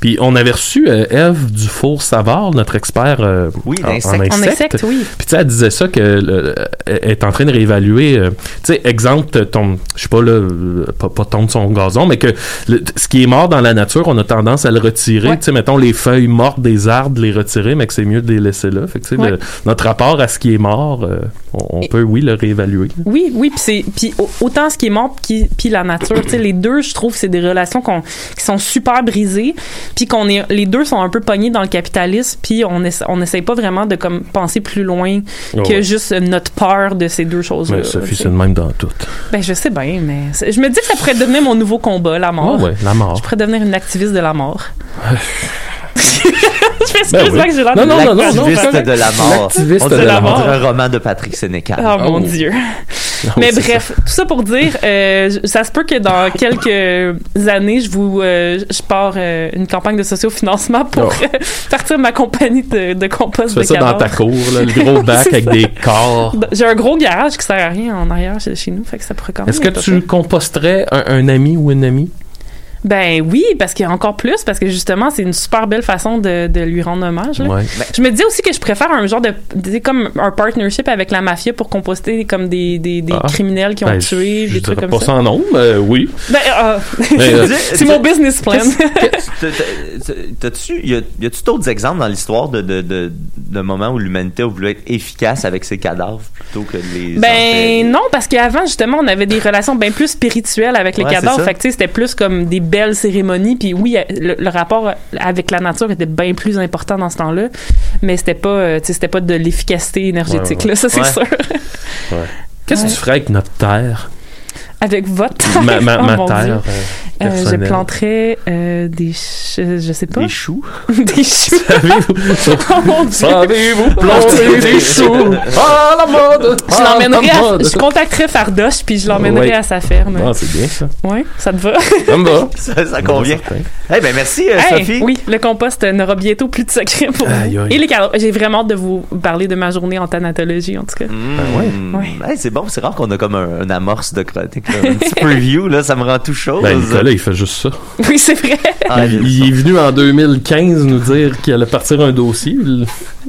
[SPEAKER 4] Puis on avait reçu euh, Ève Dufour-Savard, notre expert euh, en,
[SPEAKER 5] d'insectes.
[SPEAKER 4] en
[SPEAKER 5] En
[SPEAKER 4] insectes.
[SPEAKER 5] insectes, oui.
[SPEAKER 4] Puis tu sais, elle disait ça qu'elle est en train de réévaluer. euh, tu sais, exemple, t- ton, je sais pas, là, euh, pas, pas tombe son gazon, mais que le- t- ce qui est mort dans la nature, on a tendance à le retirer. Tu sais, mettons les feuilles mortes des arbres, de les retirer, mais que c'est mieux de les laisser là. Fait que, tu sais,
[SPEAKER 5] Ouais.
[SPEAKER 4] le- notre rapport à ce qui est mort, euh, on, on peut, oui, le réévaluer.
[SPEAKER 5] Oui, oui, puis c'est puis au- autant ce qui est mort qui- puis la nature, tu sais les deux, je trouve c'est des relations qu'on qui sont super brisées, puis qu'on est les deux sont un peu pognés dans le capitalisme, puis on essa- on n'essaye pas vraiment de comme penser plus loin
[SPEAKER 4] Oh,
[SPEAKER 5] que
[SPEAKER 4] ouais.
[SPEAKER 5] juste euh, notre peur de ces deux choses.
[SPEAKER 4] Mais Sophie, c'est le même dans tout.
[SPEAKER 5] Ben je sais bien, mais c'est- je me dis que ça pourrait devenir mon nouveau combat, la mort.
[SPEAKER 4] Ouais, ouais, la mort.
[SPEAKER 5] Je pourrais devenir une activiste de la mort. je m'excuse
[SPEAKER 3] Ben oui.
[SPEAKER 5] là, que j'ai l'air
[SPEAKER 3] Non,
[SPEAKER 5] de-
[SPEAKER 3] non, non, non,
[SPEAKER 5] L'activiste
[SPEAKER 3] non, non, de la mort. Ah
[SPEAKER 5] L'activiste
[SPEAKER 3] On
[SPEAKER 5] de
[SPEAKER 3] dirait
[SPEAKER 5] la mort.
[SPEAKER 3] un roman de Patrick Sénécal.
[SPEAKER 5] Oh, mon Dieu. Mais bref, tout ça pour dire, euh, je- ça se peut que dans quelques années, je vous, euh, je pars euh, une campagne de sociofinancement pour
[SPEAKER 4] Oh.
[SPEAKER 5] euh, partir ma compagnie de, de compost
[SPEAKER 4] Tu fais
[SPEAKER 5] de
[SPEAKER 4] ça dans
[SPEAKER 5] cadavres.
[SPEAKER 4] ta cour, là, le gros
[SPEAKER 5] Oui,
[SPEAKER 4] bac
[SPEAKER 5] c'est
[SPEAKER 4] avec
[SPEAKER 5] ça.
[SPEAKER 4] des corps.
[SPEAKER 5] J'ai un gros garage qui sert à rien en arrière chez, chez nous, fait que ça pourrait quand même.
[SPEAKER 4] Est-ce que
[SPEAKER 5] être
[SPEAKER 4] tu composterais un, un ami ou une amie?
[SPEAKER 5] Ben oui, parce qu'il y a encore plus, parce que justement, c'est une super belle façon de, de lui rendre hommage. là.
[SPEAKER 4] Ouais.
[SPEAKER 5] Ben, Je me dis aussi que je préfère un genre de, tu sais, comme un partnership avec la mafia pour composter comme des, des, des
[SPEAKER 4] Ah.
[SPEAKER 5] criminels qui ont
[SPEAKER 4] Ben,
[SPEAKER 5] tué,
[SPEAKER 4] je- je
[SPEAKER 5] des trucs
[SPEAKER 4] dirais
[SPEAKER 5] comme
[SPEAKER 4] pas
[SPEAKER 5] ça.
[SPEAKER 4] sans nom, mais oui.
[SPEAKER 5] Ben, ah,
[SPEAKER 4] Mais, euh,
[SPEAKER 5] c'est mon business plan.
[SPEAKER 3] T'as- t'as- T'as-tu, y a- y a-tu d'autres exemples dans l'histoire de, de, de, de moments où l'humanité a voulu être efficace avec ses cadavres plutôt que de les.
[SPEAKER 5] Ben non, parce qu'avant, justement, on avait des relations bien plus spirituelles avec les
[SPEAKER 3] Ouais, c'est
[SPEAKER 5] cadavres.
[SPEAKER 3] ça.
[SPEAKER 5] Fait que, tu sais, c'était plus comme des belles cérémonies. Puis oui, le, le rapport avec la nature était bien plus important dans ce temps-là. Mais c'était pas, euh, tu sais, c'était pas de l'efficacité énergétique,
[SPEAKER 4] Ouais, ouais.
[SPEAKER 5] là, ça, c'est
[SPEAKER 4] Ouais.
[SPEAKER 5] sûr.
[SPEAKER 4] Qu'est-ce que
[SPEAKER 5] Ouais.
[SPEAKER 4] tu ferais avec notre terre?
[SPEAKER 5] Avec votre terre.
[SPEAKER 4] Ma- ma-
[SPEAKER 5] oh,
[SPEAKER 4] ma
[SPEAKER 5] mon
[SPEAKER 4] terre,
[SPEAKER 5] Dieu.
[SPEAKER 4] euh,
[SPEAKER 5] Euh, je
[SPEAKER 4] personnelle.
[SPEAKER 5] planterais euh, des. ch- euh, je sais pas.
[SPEAKER 4] Des choux.
[SPEAKER 5] des choux. oh mon Dieu.
[SPEAKER 4] Savez-vous planter des choux à la mode?
[SPEAKER 5] Je l'emmènerais.
[SPEAKER 4] À la
[SPEAKER 5] à-
[SPEAKER 4] mode.
[SPEAKER 5] Je contacterais Fardoche, puis je l'emmènerais
[SPEAKER 3] Ouais.
[SPEAKER 5] à sa ferme.
[SPEAKER 4] Ah, c'est bien ça.
[SPEAKER 5] Ouais, ça te va?
[SPEAKER 4] Ça me va.
[SPEAKER 3] Ça, ça convient. Eh ben merci, euh,
[SPEAKER 5] Hey,
[SPEAKER 3] Sophie.
[SPEAKER 5] Oui, le compost euh, n'aura bientôt plus de secret pour
[SPEAKER 3] Aïe,
[SPEAKER 5] vous.
[SPEAKER 3] aïe.
[SPEAKER 5] Et les cadavres. J'ai vraiment hâte de vous parler de ma journée en thanatologie, en tout cas.
[SPEAKER 4] Hmm. Ah
[SPEAKER 3] Ben ouais. Hey, c'est bon, c'est rare qu'on a comme un, un amorce de chronique, là, un petit preview, là, ça me rend tout chaud.
[SPEAKER 4] Ben, Nicolas, il fait juste ça.
[SPEAKER 5] Oui, c'est vrai.
[SPEAKER 3] Ah,
[SPEAKER 4] il, il est venu en 2015 nous dire qu'il allait partir un dossier. Il-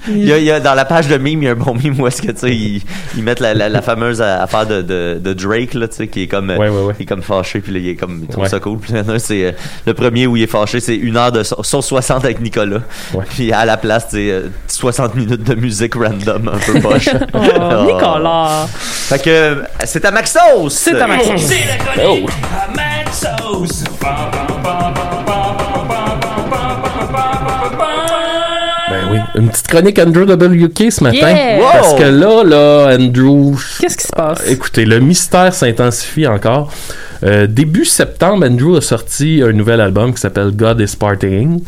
[SPEAKER 3] Il y a, il y a- dans la page de mime, il y a un bon mime où est-ce que tu sais, ils, ils mettent la, la- la fameuse euh, affaire de, de, de Drake là, tu sais, qui est comme, euh, il est comme fâché, puis là, il est comme, il trouve
[SPEAKER 4] Ouais.
[SPEAKER 3] ça cool. Puis il y en a un, c'est euh, le premier où il est fâché, c'est une heure de so- 160 avec Nicolas. Puis à la place, c'est 60 minutes de musique random, un peu poche.
[SPEAKER 5] Oh,
[SPEAKER 3] Ah.
[SPEAKER 5] Nicolas.
[SPEAKER 3] Fait que euh, c'est à Maxos.
[SPEAKER 5] C'est à Maxos. Oh. C'est la chronique
[SPEAKER 4] Ben oui, une petite chronique Andrew WK ce matin.
[SPEAKER 5] Yeah! Wow!
[SPEAKER 4] Parce que là, là, Andrew.
[SPEAKER 5] Qu'est-ce qui se passe?
[SPEAKER 4] Écoutez, le mystère s'intensifie encore. Euh, début septembre, Andrew a sorti un nouvel album qui s'appelle God is Partying.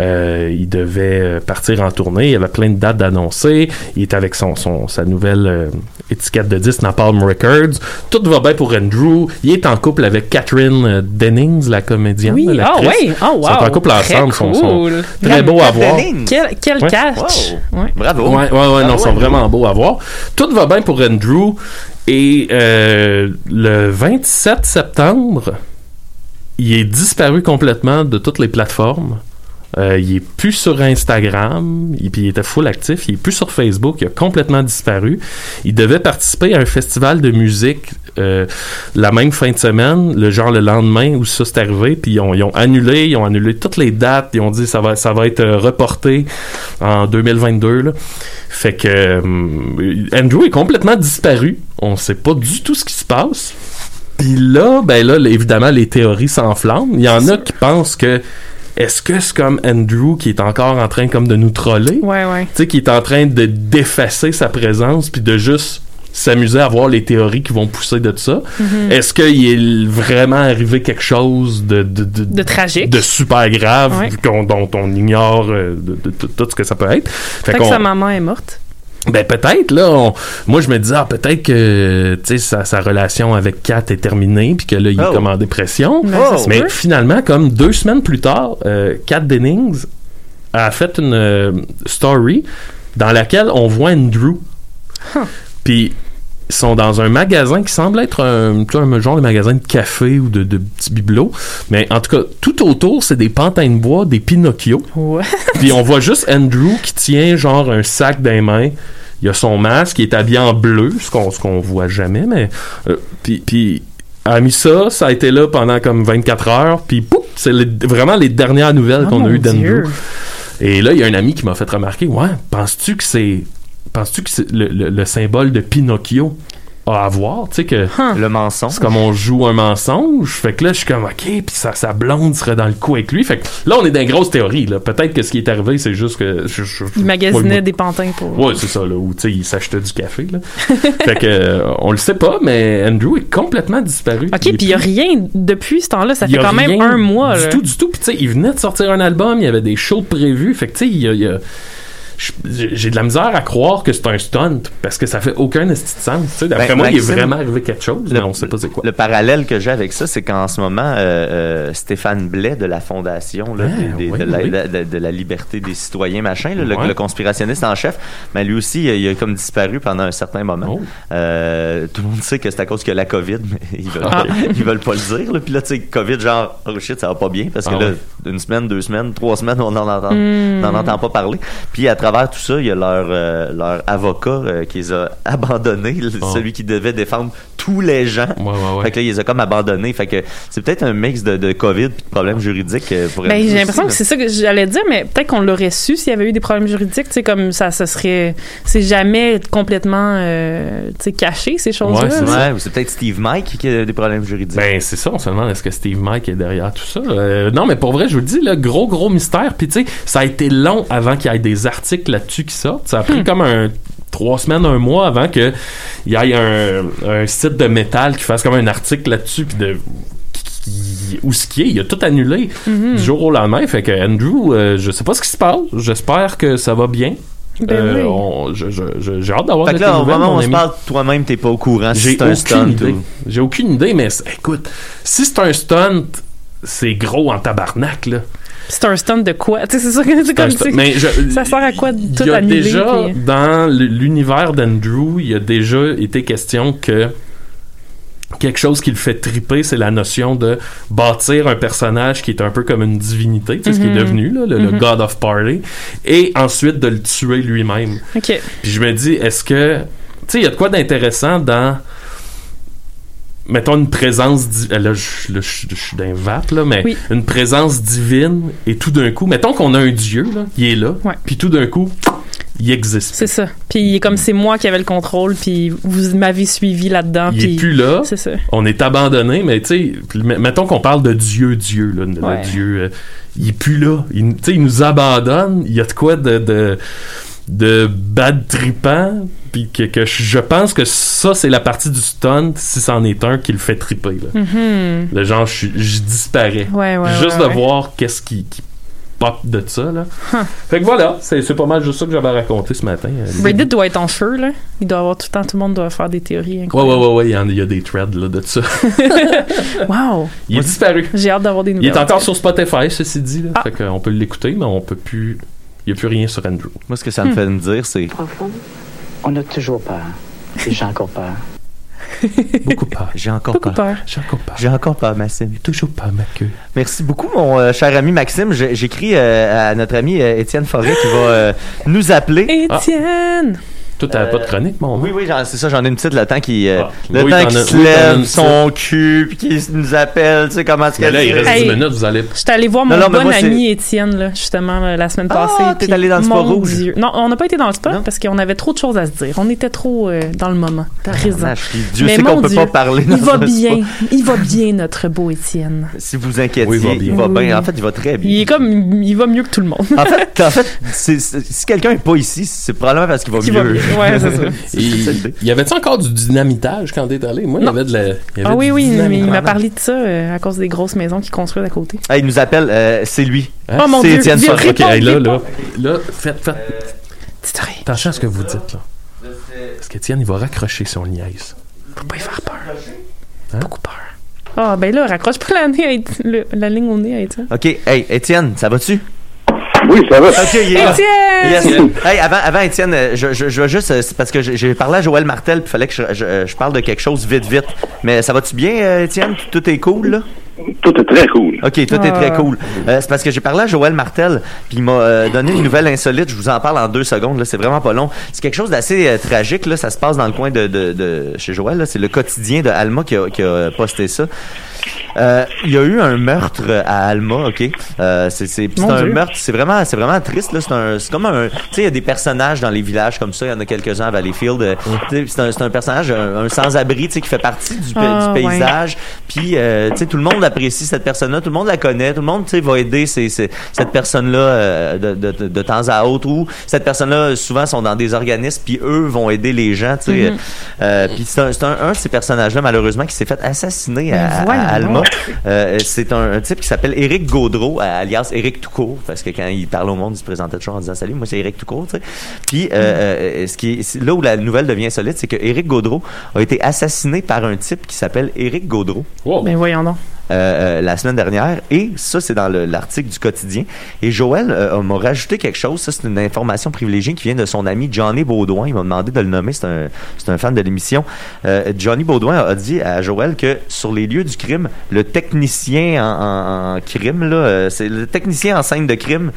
[SPEAKER 4] Euh, il devait euh, partir en tournée. Il y avait plein de dates d'annoncer. Il était avec son, son- sa nouvelle euh, étiquette de 10 Napalm Records. Tout va bien pour Andrew. Il est en couple avec Catherine euh, Dennings, la comédienne.
[SPEAKER 5] Oui,
[SPEAKER 4] la
[SPEAKER 5] ah
[SPEAKER 4] l'actrice.
[SPEAKER 5] oui, oh wow.
[SPEAKER 4] Ils sont en couple
[SPEAKER 5] Très
[SPEAKER 4] ensemble. ils sont- sont
[SPEAKER 5] cool.
[SPEAKER 4] très beau à voir.
[SPEAKER 5] Quel, quel
[SPEAKER 4] Ouais.
[SPEAKER 5] catch. Ouais.
[SPEAKER 3] Bravo.
[SPEAKER 4] Ouais, ouais, ouais, non, ils sont
[SPEAKER 3] Andrew.
[SPEAKER 4] vraiment beaux à voir. Tout va bien pour Andrew. Et euh, le 27 septembre, il est disparu complètement de toutes les plateformes. Euh, il est plus sur Instagram, et puis il était full actif, il est plus sur Facebook, il a complètement disparu. Il devait participer à un festival de musique euh, la même fin de semaine, le genre le lendemain où ça s'est arrivé, puis ils ont, ils ont annulé, ils ont annulé toutes les dates, ils ont dit ça va ça va être euh, reporté en 2022 là. Fait que euh, Andrew est complètement disparu, on sait pas du tout ce qui se passe. Puis là, ben là, évidemment, les théories s'enflamment. Il y en a qui pensent que est-ce que c'est comme Andrew qui est encore en train comme de nous troller? Tu sais, qui est en train de d'effacer sa présence puis de juste s'amuser à voir les théories qui vont pousser de ça.
[SPEAKER 5] Mhm.
[SPEAKER 4] Est-ce qu'il est vraiment arrivé quelque chose de, de, de,
[SPEAKER 5] De tragique.
[SPEAKER 4] de super grave
[SPEAKER 5] Ouais.
[SPEAKER 4] qu'on- dont on ignore euh, de- de- de- tout ce que ça peut être?
[SPEAKER 5] Fait, que
[SPEAKER 4] qu'on-
[SPEAKER 5] sa maman est morte.
[SPEAKER 4] ben peut-être là, on- moi je me disais ah, peut-être que tu sais sa, sa relation avec Kat est terminée puis que là il est
[SPEAKER 5] Oh.
[SPEAKER 4] comme en dépression.
[SPEAKER 5] Ben, ça se
[SPEAKER 4] Mais
[SPEAKER 5] peut.
[SPEAKER 4] finalement comme deux semaines plus tard, euh, Kat Dennings a fait une euh, story dans laquelle on voit Andrew. Puis ils sont dans un magasin qui semble être un, tu sais, un genre de magasin de café ou de, de petits bibelots. Mais en tout cas, tout autour, c'est des pantins de bois, des Pinocchio. Puis on voit juste Andrew qui tient genre un sac dans les mains. Il a son masque, il est habillé en bleu, ce qu'on ce qu'on voit jamais, mais... euh, puis, puis a mis ça, ça a été là pendant comme 24 heures, puis pouf, c'est les- vraiment les dernières nouvelles
[SPEAKER 5] Oh
[SPEAKER 4] qu'on a
[SPEAKER 5] mon
[SPEAKER 4] eues
[SPEAKER 5] Dieu.
[SPEAKER 4] d'Andrew. Et là, il y a un ami qui m'a fait remarquer, ouais, penses-tu que c'est, penses-tu que c'est le, le- le symbole de Pinocchio à avoir, tu sais que
[SPEAKER 3] le mensonge.
[SPEAKER 4] C'est comme on joue un mensonge. Fait que là, je suis comme ok, puis sa, sa blonde serait dans le coup avec lui. Fait que là, on est dans une grosse théorie. Là, peut-être que ce qui est arrivé, c'est juste que je- je-
[SPEAKER 5] Il magasinait
[SPEAKER 4] Ouais,
[SPEAKER 5] des pantins pour.
[SPEAKER 4] Ouais, c'est ça, là, où tu sais, il s'achetait du café, là. fait que, euh, on le sait pas, mais Andrew est complètement disparu.
[SPEAKER 5] OK, puis il n'y a rien depuis ce temps-là. Ça fait quand même un mois.
[SPEAKER 4] Du
[SPEAKER 5] là.
[SPEAKER 4] tout, du tout. Puis tu sais, il venait de sortir un album, il y avait des shows de prévus. Fait que tu sais, il y a- il y a- je- J'ai de la misère à croire que c'est un stunt parce que ça fait aucun esti de sens. tu sais. D'après
[SPEAKER 3] Ben,
[SPEAKER 4] moi, il
[SPEAKER 3] Maxime,
[SPEAKER 4] est vraiment arrivé quelque chose, mais on sait pas c'est quoi.
[SPEAKER 3] Le parallèle que j'ai avec ça, c'est qu'en ce moment, euh, euh, Stéphane Blais de la Fondation là,
[SPEAKER 4] Ah,
[SPEAKER 3] des- des-
[SPEAKER 4] oui,
[SPEAKER 3] de, la,
[SPEAKER 4] oui.
[SPEAKER 3] de- de- de la liberté des citoyens, machin, là, le,
[SPEAKER 4] Ouais.
[SPEAKER 3] le conspirationniste en chef, mais lui aussi, euh, il a comme disparu pendant un certain
[SPEAKER 4] Oh.
[SPEAKER 3] moment. Euh, tout le monde sait que c'est à cause que la COVID, mais ils veulent,
[SPEAKER 4] Ah.
[SPEAKER 3] pas, ils veulent pas le dire. là. Puis là, tu sais, COVID, genre, oh shit, ça va pas bien, parce que
[SPEAKER 4] Ah,
[SPEAKER 3] là,
[SPEAKER 4] ouais.
[SPEAKER 3] une semaine, deux semaines, trois semaines, on n'en entend,
[SPEAKER 4] Mm.
[SPEAKER 5] Hmm.
[SPEAKER 3] on n'en entend pas parler. Puis à travers tout ça, il y a leur, euh, leur avocat euh, qui les a abandonnés, le-
[SPEAKER 4] Oh.
[SPEAKER 3] celui qui devait défendre tous les gens. Fait que là, il les a comme abandonnés. Fait que c'est peut-être un mix de, de COVID puis de problèmes juridiques euh, pour
[SPEAKER 5] Ben,
[SPEAKER 3] Andrew
[SPEAKER 5] j'ai
[SPEAKER 3] aussi,
[SPEAKER 5] l'impression
[SPEAKER 3] là.
[SPEAKER 5] que c'est ça que j'allais dire, mais peut-être qu'on l'aurait su s'il y avait eu des problèmes juridiques. Tu sais, comme ça, ça serait. C'est jamais complètement euh, tu sais, caché, ces choses-là.
[SPEAKER 4] Ouais, c'est
[SPEAKER 5] là.
[SPEAKER 4] ça.
[SPEAKER 3] Ouais, ou c'est peut-être Steve Mike qui a des problèmes juridiques.
[SPEAKER 4] Ben, c'est ça, on se demande est-ce que Steve Mike est derrière tout ça. Euh, non, mais pour vrai, je vous le dis, là, gros, gros mystère. Puis, tu sais, ça a été long avant qu'il y ait des articles là-dessus qui sortent. Ça a
[SPEAKER 3] Hmm.
[SPEAKER 4] pris comme un trois semaines, un mois avant qu'il y ait un, un site de métal qui fasse comme un article là-dessus. Puis de. qui- Où ce qui est, il a tout annulé
[SPEAKER 3] Hmm.
[SPEAKER 4] du jour au lendemain. Fait que Andrew, euh, je sais pas ce qui se passe. J'espère que ça va bien.
[SPEAKER 3] Ben oui.
[SPEAKER 4] Euh, on- je- je- je- Euh, J'ai hâte d'avoir
[SPEAKER 3] Fait
[SPEAKER 4] de
[SPEAKER 3] que là,
[SPEAKER 4] tes
[SPEAKER 3] au
[SPEAKER 4] nouvelles,
[SPEAKER 3] moment où
[SPEAKER 4] mon
[SPEAKER 3] on se
[SPEAKER 4] ami.
[SPEAKER 3] parle, toi-même, t'es pas au courant si
[SPEAKER 4] J'ai
[SPEAKER 3] c'est un stunt
[SPEAKER 4] aucune idée.
[SPEAKER 3] ou-
[SPEAKER 4] J'ai aucune idée, mais c'est- écoute, si c'est un stunt, c'est gros en tabarnak, là.
[SPEAKER 5] C'est un stunt de quoi? Tu sais, c'est ça que c'est
[SPEAKER 4] un
[SPEAKER 5] comme
[SPEAKER 4] stunt.
[SPEAKER 5] c'est-
[SPEAKER 4] Mais je-
[SPEAKER 5] Ça sert à quoi de
[SPEAKER 4] il
[SPEAKER 5] tout
[SPEAKER 4] y a
[SPEAKER 5] annuler?
[SPEAKER 4] déjà,
[SPEAKER 5] puis-
[SPEAKER 4] dans l- l'univers d'Andrew, il y a déjà été question que quelque chose qui le fait triper, c'est la notion de bâtir un personnage qui est un peu comme une divinité, tu sais, ce qui
[SPEAKER 5] Mhm.
[SPEAKER 4] est devenu, là, le, le
[SPEAKER 5] Mhm.
[SPEAKER 4] God of Party, et ensuite de le tuer lui-même.
[SPEAKER 5] euh, OK.
[SPEAKER 4] Puis je me dis, est-ce que. Tu sais, il y a de quoi d'intéressant dans. Mettons une présence. di- euh, Là, je là, je- je suis d'un vape, là, mais
[SPEAKER 5] Oui.
[SPEAKER 4] une présence divine et tout d'un coup. Mettons qu'on a un dieu, là, il est là. Puis tout d'un coup, il existe.
[SPEAKER 5] C'est ça. Puis il est comme c'est moi qui avais le contrôle, puis vous m'avez suivi là-dedans.
[SPEAKER 4] Il
[SPEAKER 5] puis...
[SPEAKER 4] est plus là.
[SPEAKER 5] C'est ça.
[SPEAKER 4] On est abandonné, mais tu sais, puis me- mettons qu'on parle de Dieu, Dieu, là, le
[SPEAKER 5] Ouais.
[SPEAKER 4] Dieu, euh, il est plus là. Il, tu sais, il nous abandonne. Il y a de quoi de, de, de bad tripant, puis que, que je pense que ça, c'est la partie du stunt, si c'en est un, qui le fait triper, là.
[SPEAKER 5] Mhm.
[SPEAKER 4] Le genre, je, suis- je disparais.
[SPEAKER 5] Ouais, ouais,
[SPEAKER 4] Juste
[SPEAKER 5] ouais,
[SPEAKER 4] de
[SPEAKER 5] ouais.
[SPEAKER 4] voir qu'est-ce qui, qui pop de ça. Là. Fait que voilà, c'est c'est pas mal juste ça que j'avais à raconter ce matin. euh, les-
[SPEAKER 5] Reddit doit être en feu, là. Il doit avoir tout le temps, tout le monde doit faire des théories.
[SPEAKER 4] Ouais, ouais, ouais, ouais, il y, en a- il y a des threads là, de ça.
[SPEAKER 5] Wow!
[SPEAKER 4] Il est disparu.
[SPEAKER 5] J'ai hâte d'avoir des
[SPEAKER 4] il
[SPEAKER 5] nouvelles.
[SPEAKER 4] est encore sur Spotify, ceci dit. Là. Fait qu'on peut l'écouter, mais on peut plus. Il n'y a plus rien sur Andrew.
[SPEAKER 3] Moi, ce que
[SPEAKER 4] ça
[SPEAKER 3] me Hmm.
[SPEAKER 4] fait me dire, c'est.
[SPEAKER 11] On a toujours peur. Et j'ai encore peur.
[SPEAKER 4] Beaucoup peur.
[SPEAKER 3] Ah, J'ai encore
[SPEAKER 11] Beaucoup
[SPEAKER 3] peur.
[SPEAKER 4] J'ai encore peur.
[SPEAKER 3] J'ai encore peur, Maxime.
[SPEAKER 4] Toujours pas ma queue.
[SPEAKER 3] Merci beaucoup, mon euh, cher ami Maxime. Je- J'écris euh, à notre ami euh, Étienne Forêt qui va euh, nous appeler.
[SPEAKER 5] Étienne!
[SPEAKER 4] Ah. Toi, t'avais pas de chronique, mon
[SPEAKER 3] Oui, oui, j'en- c'est ça, j'en ai une petite le temps qui euh, le
[SPEAKER 4] Oui,
[SPEAKER 3] temps
[SPEAKER 4] t'en
[SPEAKER 3] qui
[SPEAKER 4] as-
[SPEAKER 3] se
[SPEAKER 4] oui, t'en as
[SPEAKER 3] lève
[SPEAKER 4] une
[SPEAKER 3] son cul puis qui nous appelle, tu sais comment est-ce
[SPEAKER 4] Mais
[SPEAKER 3] qu'elle
[SPEAKER 4] là, il reste
[SPEAKER 5] Hey.
[SPEAKER 4] 10 minutes, vous allez.
[SPEAKER 5] J'étais allé voir mon
[SPEAKER 3] Non, non, mais
[SPEAKER 5] bon
[SPEAKER 3] moi, c'est- Ah,
[SPEAKER 5] ami Étienne, là, justement, euh, la semaine passée.
[SPEAKER 3] t'es
[SPEAKER 5] puis
[SPEAKER 3] allé dans le spa
[SPEAKER 5] mon
[SPEAKER 3] rouge.
[SPEAKER 5] Dieu. Non, on n'a pas été dans le spa parce qu'on avait trop de choses à se dire. On était trop euh, dans le moment, présent.
[SPEAKER 3] Tabarnak, puis Dieu
[SPEAKER 5] Mais
[SPEAKER 3] sait qu'on
[SPEAKER 5] mon
[SPEAKER 3] peut
[SPEAKER 5] Dieu,
[SPEAKER 3] pas parler
[SPEAKER 5] Il
[SPEAKER 3] dans
[SPEAKER 5] va
[SPEAKER 3] un
[SPEAKER 5] bien. Il va bien, notre beau Étienne.
[SPEAKER 3] Si vous inquiétez,
[SPEAKER 4] Oui,
[SPEAKER 3] il va bien. Il va
[SPEAKER 5] Oui.
[SPEAKER 3] En fait, il va très bien.
[SPEAKER 5] Il est comme, il va mieux que tout le monde.
[SPEAKER 3] En fait, en fait c'est- c'est- si quelqu'un est pas ici, c'est probablement parce qu'il va
[SPEAKER 5] Qu'il va
[SPEAKER 3] mieux.
[SPEAKER 5] bien. Ouais, c'est ça.
[SPEAKER 4] Il il y avait-tu encore du dynamitage quand t'es allé? Moi, il y avait de la. il y avait
[SPEAKER 5] Ah oui,
[SPEAKER 4] du
[SPEAKER 5] oui, mais il
[SPEAKER 4] dynamitage.
[SPEAKER 5] m'a parlé de ça euh, à cause des grosses maisons qu'ils construisent à côté.
[SPEAKER 3] Ah, il nous appelle, euh, c'est lui.
[SPEAKER 5] Hein? Oh, mon
[SPEAKER 3] c'est
[SPEAKER 5] Dieu,
[SPEAKER 3] Étienne
[SPEAKER 5] viens,
[SPEAKER 3] Forêt.
[SPEAKER 5] réponds, Ok, hey, là, réponds.
[SPEAKER 4] Là, faites, faites. Attention à ce que vous dites, là. Parce qu'Étienne, il va raccrocher son Hein? liaise.
[SPEAKER 5] Faut pas y faire peur. Beaucoup peur. Ah, ben là, raccroche pas la, nez à Éti- le- la ligne au nez à Étienne.
[SPEAKER 3] OK, hey, Étienne, ça va-tu?
[SPEAKER 9] Oui, ça va.
[SPEAKER 3] OK, il est là.
[SPEAKER 5] Étienne!
[SPEAKER 3] Yes. Hey, avant, avant, Étienne, euh, je, je, je veux juste, euh, c'est parce que j'ai- j'ai parlé à Joël Martel, puis il fallait que je, euh, je- je parle de quelque chose vite, vite. Mais ça va-tu bien, euh, Étienne? Tout, tout est cool, là?
[SPEAKER 9] Tout est très cool.
[SPEAKER 3] OK, tout est
[SPEAKER 9] Ah.
[SPEAKER 3] très cool. Euh, c'est parce que j'ai parlé à Joël Martel, puis il m'a euh, donné une nouvelle insolite. Je vous en parle en deux secondes, là, c'est vraiment pas long. C'est quelque chose d'assez euh, tragique, là. Ça se passe dans le coin de, de, de chez Joël, là. C'est le quotidien de Alma qui a, qui a posté ça. Euh, il y a eu un meurtre à Alma, OK? Euh, c'est c'est- c'est
[SPEAKER 13] Mon
[SPEAKER 3] un
[SPEAKER 13] Dieu.
[SPEAKER 3] meurtre meurtre, c'est vraiment, c'est vraiment triste. là. C'est un- c'est comme un, tu sais, il y a des personnages dans les villages comme ça. Il y en a quelques-uns à Valleyfield. euh, tu sais, C'est un, c'est un personnage, un, un sans-abri, tu sais, qui fait partie du,
[SPEAKER 13] Ah,
[SPEAKER 3] pa- du
[SPEAKER 13] ouais.
[SPEAKER 3] paysage. Puis, euh, tu sais, tout le monde apprécie cette personne-là, tout le monde la connaît, tout le monde, tu sais, va aider ces- ces- cette personne-là euh, de, de- de- de temps à autre. Ou cette personne-là, souvent, sont dans des organismes, puis eux vont aider les gens, tu sais.
[SPEAKER 13] Mhm.
[SPEAKER 3] Euh, puis c'est un, c'est un- un de ces personnages-là, malheureusement, qui s'est fait assassiner à,
[SPEAKER 13] Mais voyons.
[SPEAKER 3] à Alma. Euh, c'est un, un type qui s'appelle Éric Gaudreau, euh, alias Éric Toucourt, parce que quand il parlait au monde, il se présentait toujours en disant Salut, moi c'est Éric Toucourt. tu sais. Puis
[SPEAKER 5] Mm.
[SPEAKER 3] euh, euh, ce qui est- c'est là où la nouvelle devient solide, c'est que Éric Gaudreau a été assassiné par un type qui s'appelle Éric Gaudreau.
[SPEAKER 5] Ben voyons donc.
[SPEAKER 3] euh, euh, la semaine dernière et ça c'est dans le- l'article du quotidien et Joël euh, m'a rajouté quelque chose ça c'est une information privilégiée qui vient de son ami Johnny Baudouin il m'a demandé de le nommer c'est un, c'est un fan de l'émission Euh, Johnny Baudouin a dit à Joël que sur les lieux du crime le technicien en, en- en crime là, euh, c'est le technicien en scène de crime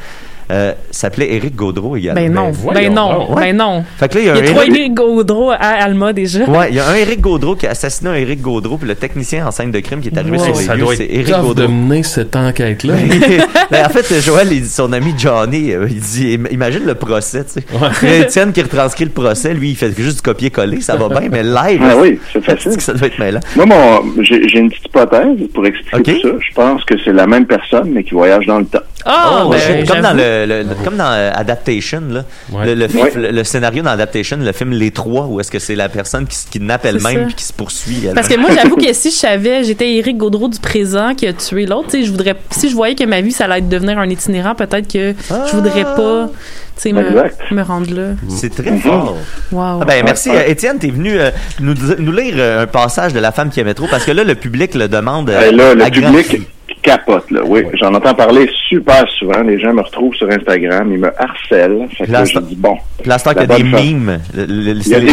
[SPEAKER 3] euh, s'appelait Éric Gaudreau également
[SPEAKER 5] Ben non, ben non,
[SPEAKER 3] Ouais.
[SPEAKER 5] ben non.
[SPEAKER 3] fait que là, il
[SPEAKER 5] Il y a trois
[SPEAKER 3] Éric-
[SPEAKER 5] Éric Gaudreau à Alma déjà.
[SPEAKER 3] Ouais, il y a un Éric Gaudreau qui a assassiné un Éric Gaudreau, puis le technicien en scène de crime qui est arrivé
[SPEAKER 4] Wow.
[SPEAKER 3] sur les
[SPEAKER 4] Ça
[SPEAKER 3] lieux,
[SPEAKER 4] doit
[SPEAKER 3] c'est
[SPEAKER 4] être
[SPEAKER 3] Éric
[SPEAKER 4] tough
[SPEAKER 3] Gaudreau.
[SPEAKER 4] de mener cette enquête-là.
[SPEAKER 3] Ben, en fait, euh, Joël, il dit- son ami Johnny, euh, il dit im- imagine le procès, tu sais. Il y a Étienne qui retranscrit le procès, lui, il fait juste du copier-coller, ça va bien, mais live,
[SPEAKER 9] Ah oui, c'est
[SPEAKER 3] facile. ça doit être mêlant.
[SPEAKER 9] Moi, mon- j'ai j'ai une petite hypothèse pour expliquer tout ça. Je pense que c'est la même personne, mais qui voyage dans le temps.
[SPEAKER 3] Ah,
[SPEAKER 9] Oh,
[SPEAKER 3] ben,
[SPEAKER 9] ouais,
[SPEAKER 3] comme dans
[SPEAKER 9] j'avoue.
[SPEAKER 3] le, le- le- comme dans euh, Adaptation, là, le, le, fi-
[SPEAKER 9] Ouais.
[SPEAKER 3] le- le scénario dans Adaptation, le film Les Trois, où est-ce que c'est la personne qui se kidnappe
[SPEAKER 5] ça.
[SPEAKER 3] elle-même puis qui se poursuit.
[SPEAKER 5] Parce que
[SPEAKER 3] elle-même.
[SPEAKER 5] moi, j'avoue que si je savais, j'étais Éric Gaudreau du présent qui a tué l'autre, tu sais, je voudrais, si je voyais que ma vie, ça allait être devenir un itinérant, peut-être que je voudrais pas, tu sais, me,
[SPEAKER 3] Exact. Mhm.
[SPEAKER 5] me rendre là.
[SPEAKER 3] Ah! C'est très
[SPEAKER 9] Mhm.
[SPEAKER 3] fort.
[SPEAKER 5] Wow.
[SPEAKER 3] Ah ben, merci. Euh, Étienne, t'es venu euh, nous, nous lire euh, un passage de La femme qui aimait trop parce que là, le public le demande. euh,
[SPEAKER 9] Et Ben, là, le
[SPEAKER 3] à grand
[SPEAKER 9] public capote, là, oui. J'en entends parler super souvent. Les gens me retrouvent sur Instagram, ils me harcèlent. Fait que là, je dis, bon.
[SPEAKER 3] Plastar,
[SPEAKER 9] la
[SPEAKER 3] il y a des
[SPEAKER 9] bonne chose.
[SPEAKER 3] mimes. Le- le- le-
[SPEAKER 9] Il y a
[SPEAKER 3] c'est-
[SPEAKER 9] des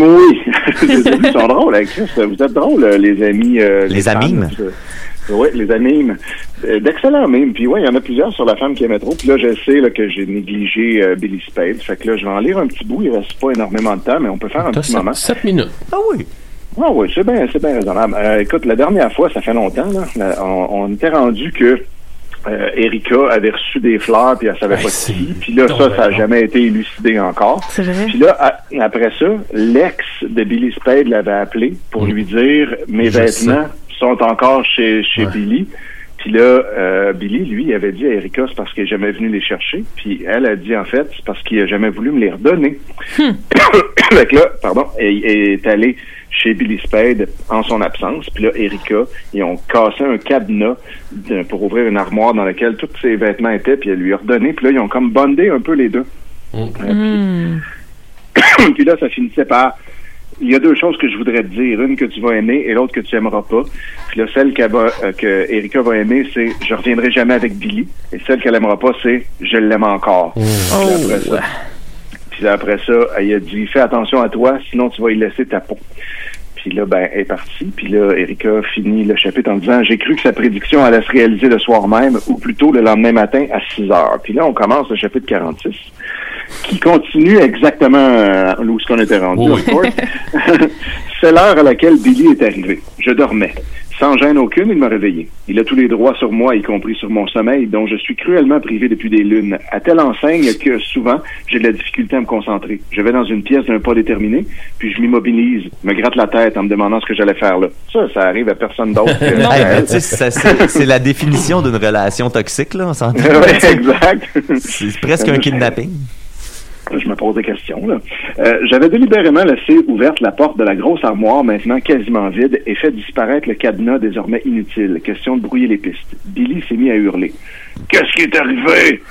[SPEAKER 9] oui. les amis sont drôles, avec ça. Vous êtes drôles, euh, les amis. euh,
[SPEAKER 3] Les
[SPEAKER 9] fans,
[SPEAKER 3] amimes.
[SPEAKER 9] tout ça. Oui, les amimes. Euh, D'excellents mimes. Puis oui, il y en a plusieurs sur la femme qui aimait trop. Puis là, je sais là, que j'ai négligé euh, Billy Spade. Fait que là, je vais en lire un petit bout. Il reste pas énormément de temps, mais on peut faire un
[SPEAKER 4] T'as
[SPEAKER 9] petit
[SPEAKER 4] sept-
[SPEAKER 9] moment.
[SPEAKER 4] sept minutes.
[SPEAKER 3] Ah oui.
[SPEAKER 9] Ah oui, c'est bien, c'est bien raisonnable. Euh, écoute, la dernière fois, ça fait longtemps, là, là, on, on était rendu que euh, Erika avait reçu des fleurs, puis elle savait pas qui. Puis là, ça, ça n'a jamais été élucidé encore.
[SPEAKER 5] C'est vrai.
[SPEAKER 9] Puis là, à- après ça, l'ex de Billy Spade l'avait appelé pour lui dire Mes
[SPEAKER 13] Je
[SPEAKER 9] vêtements sont encore chez, chez Billy. Puis là, euh, Billy, lui, avait dit à Erika c'est parce qu'il n'est jamais venu les chercher. Puis elle a dit en fait c'est parce qu'il n'a jamais voulu me les redonner. fait que là, pardon, est, est allé chez Billy Spade en son absence. Puis là, Erika, ils ont cassé un cadenas de- pour ouvrir une armoire dans laquelle tous ses vêtements étaient, puis elle lui a redonné. Puis là, ils ont comme bondé un peu les deux.
[SPEAKER 5] Mhm.
[SPEAKER 9] puis là, ça finissait par il y a deux choses que je voudrais te dire. Une que tu vas aimer et l'autre que tu aimeras pas. Puis là, celle qu'elle va, euh, que Erika va aimer, c'est Je reviendrai jamais avec Billy. Et celle qu'elle aimera pas, c'est Je l'aime encore. Puis là, après ça- Puis là, après ça, il a dit Fais attention à toi, sinon tu vas y laisser ta peau. Puis là, ben, elle est partie. Puis là, Erika finit le chapitre en disant J'ai cru que sa prédiction allait se réaliser le soir même, ou plutôt le lendemain matin à 6 heures. Puis là, on commence le chapitre 46, qui continue exactement euh, où ce qu'on était rendu,
[SPEAKER 13] Oui.
[SPEAKER 9] of course. C'est l'heure à laquelle Billy est arrivé. Je dormais. Sans gêne aucune, il m'a réveillé. Il a tous les droits sur moi, y compris sur mon sommeil, dont je suis cruellement privé depuis des lunes, à telle enseigne que souvent, j'ai de la difficulté à me concentrer. Je vais dans une pièce d'un pas déterminé, puis je m'immobilise, me gratte la tête en me demandant ce que j'allais faire là. Ça, ça arrive à personne d'autre. que-
[SPEAKER 3] Hey, mais tu sais, ça, c'est c'est la définition d'une relation toxique, là, on s'entend.
[SPEAKER 9] Ouais, exact.
[SPEAKER 3] C'est presque un kidnapping.
[SPEAKER 9] Je me pose des questions, là. Euh, J'avais délibérément laissé ouverte la porte de la grosse armoire, maintenant quasiment vide, et fait disparaître le cadenas désormais inutile. Question de brouiller les pistes. Billy s'est mis à hurler. Qu'est-ce qui est arrivé?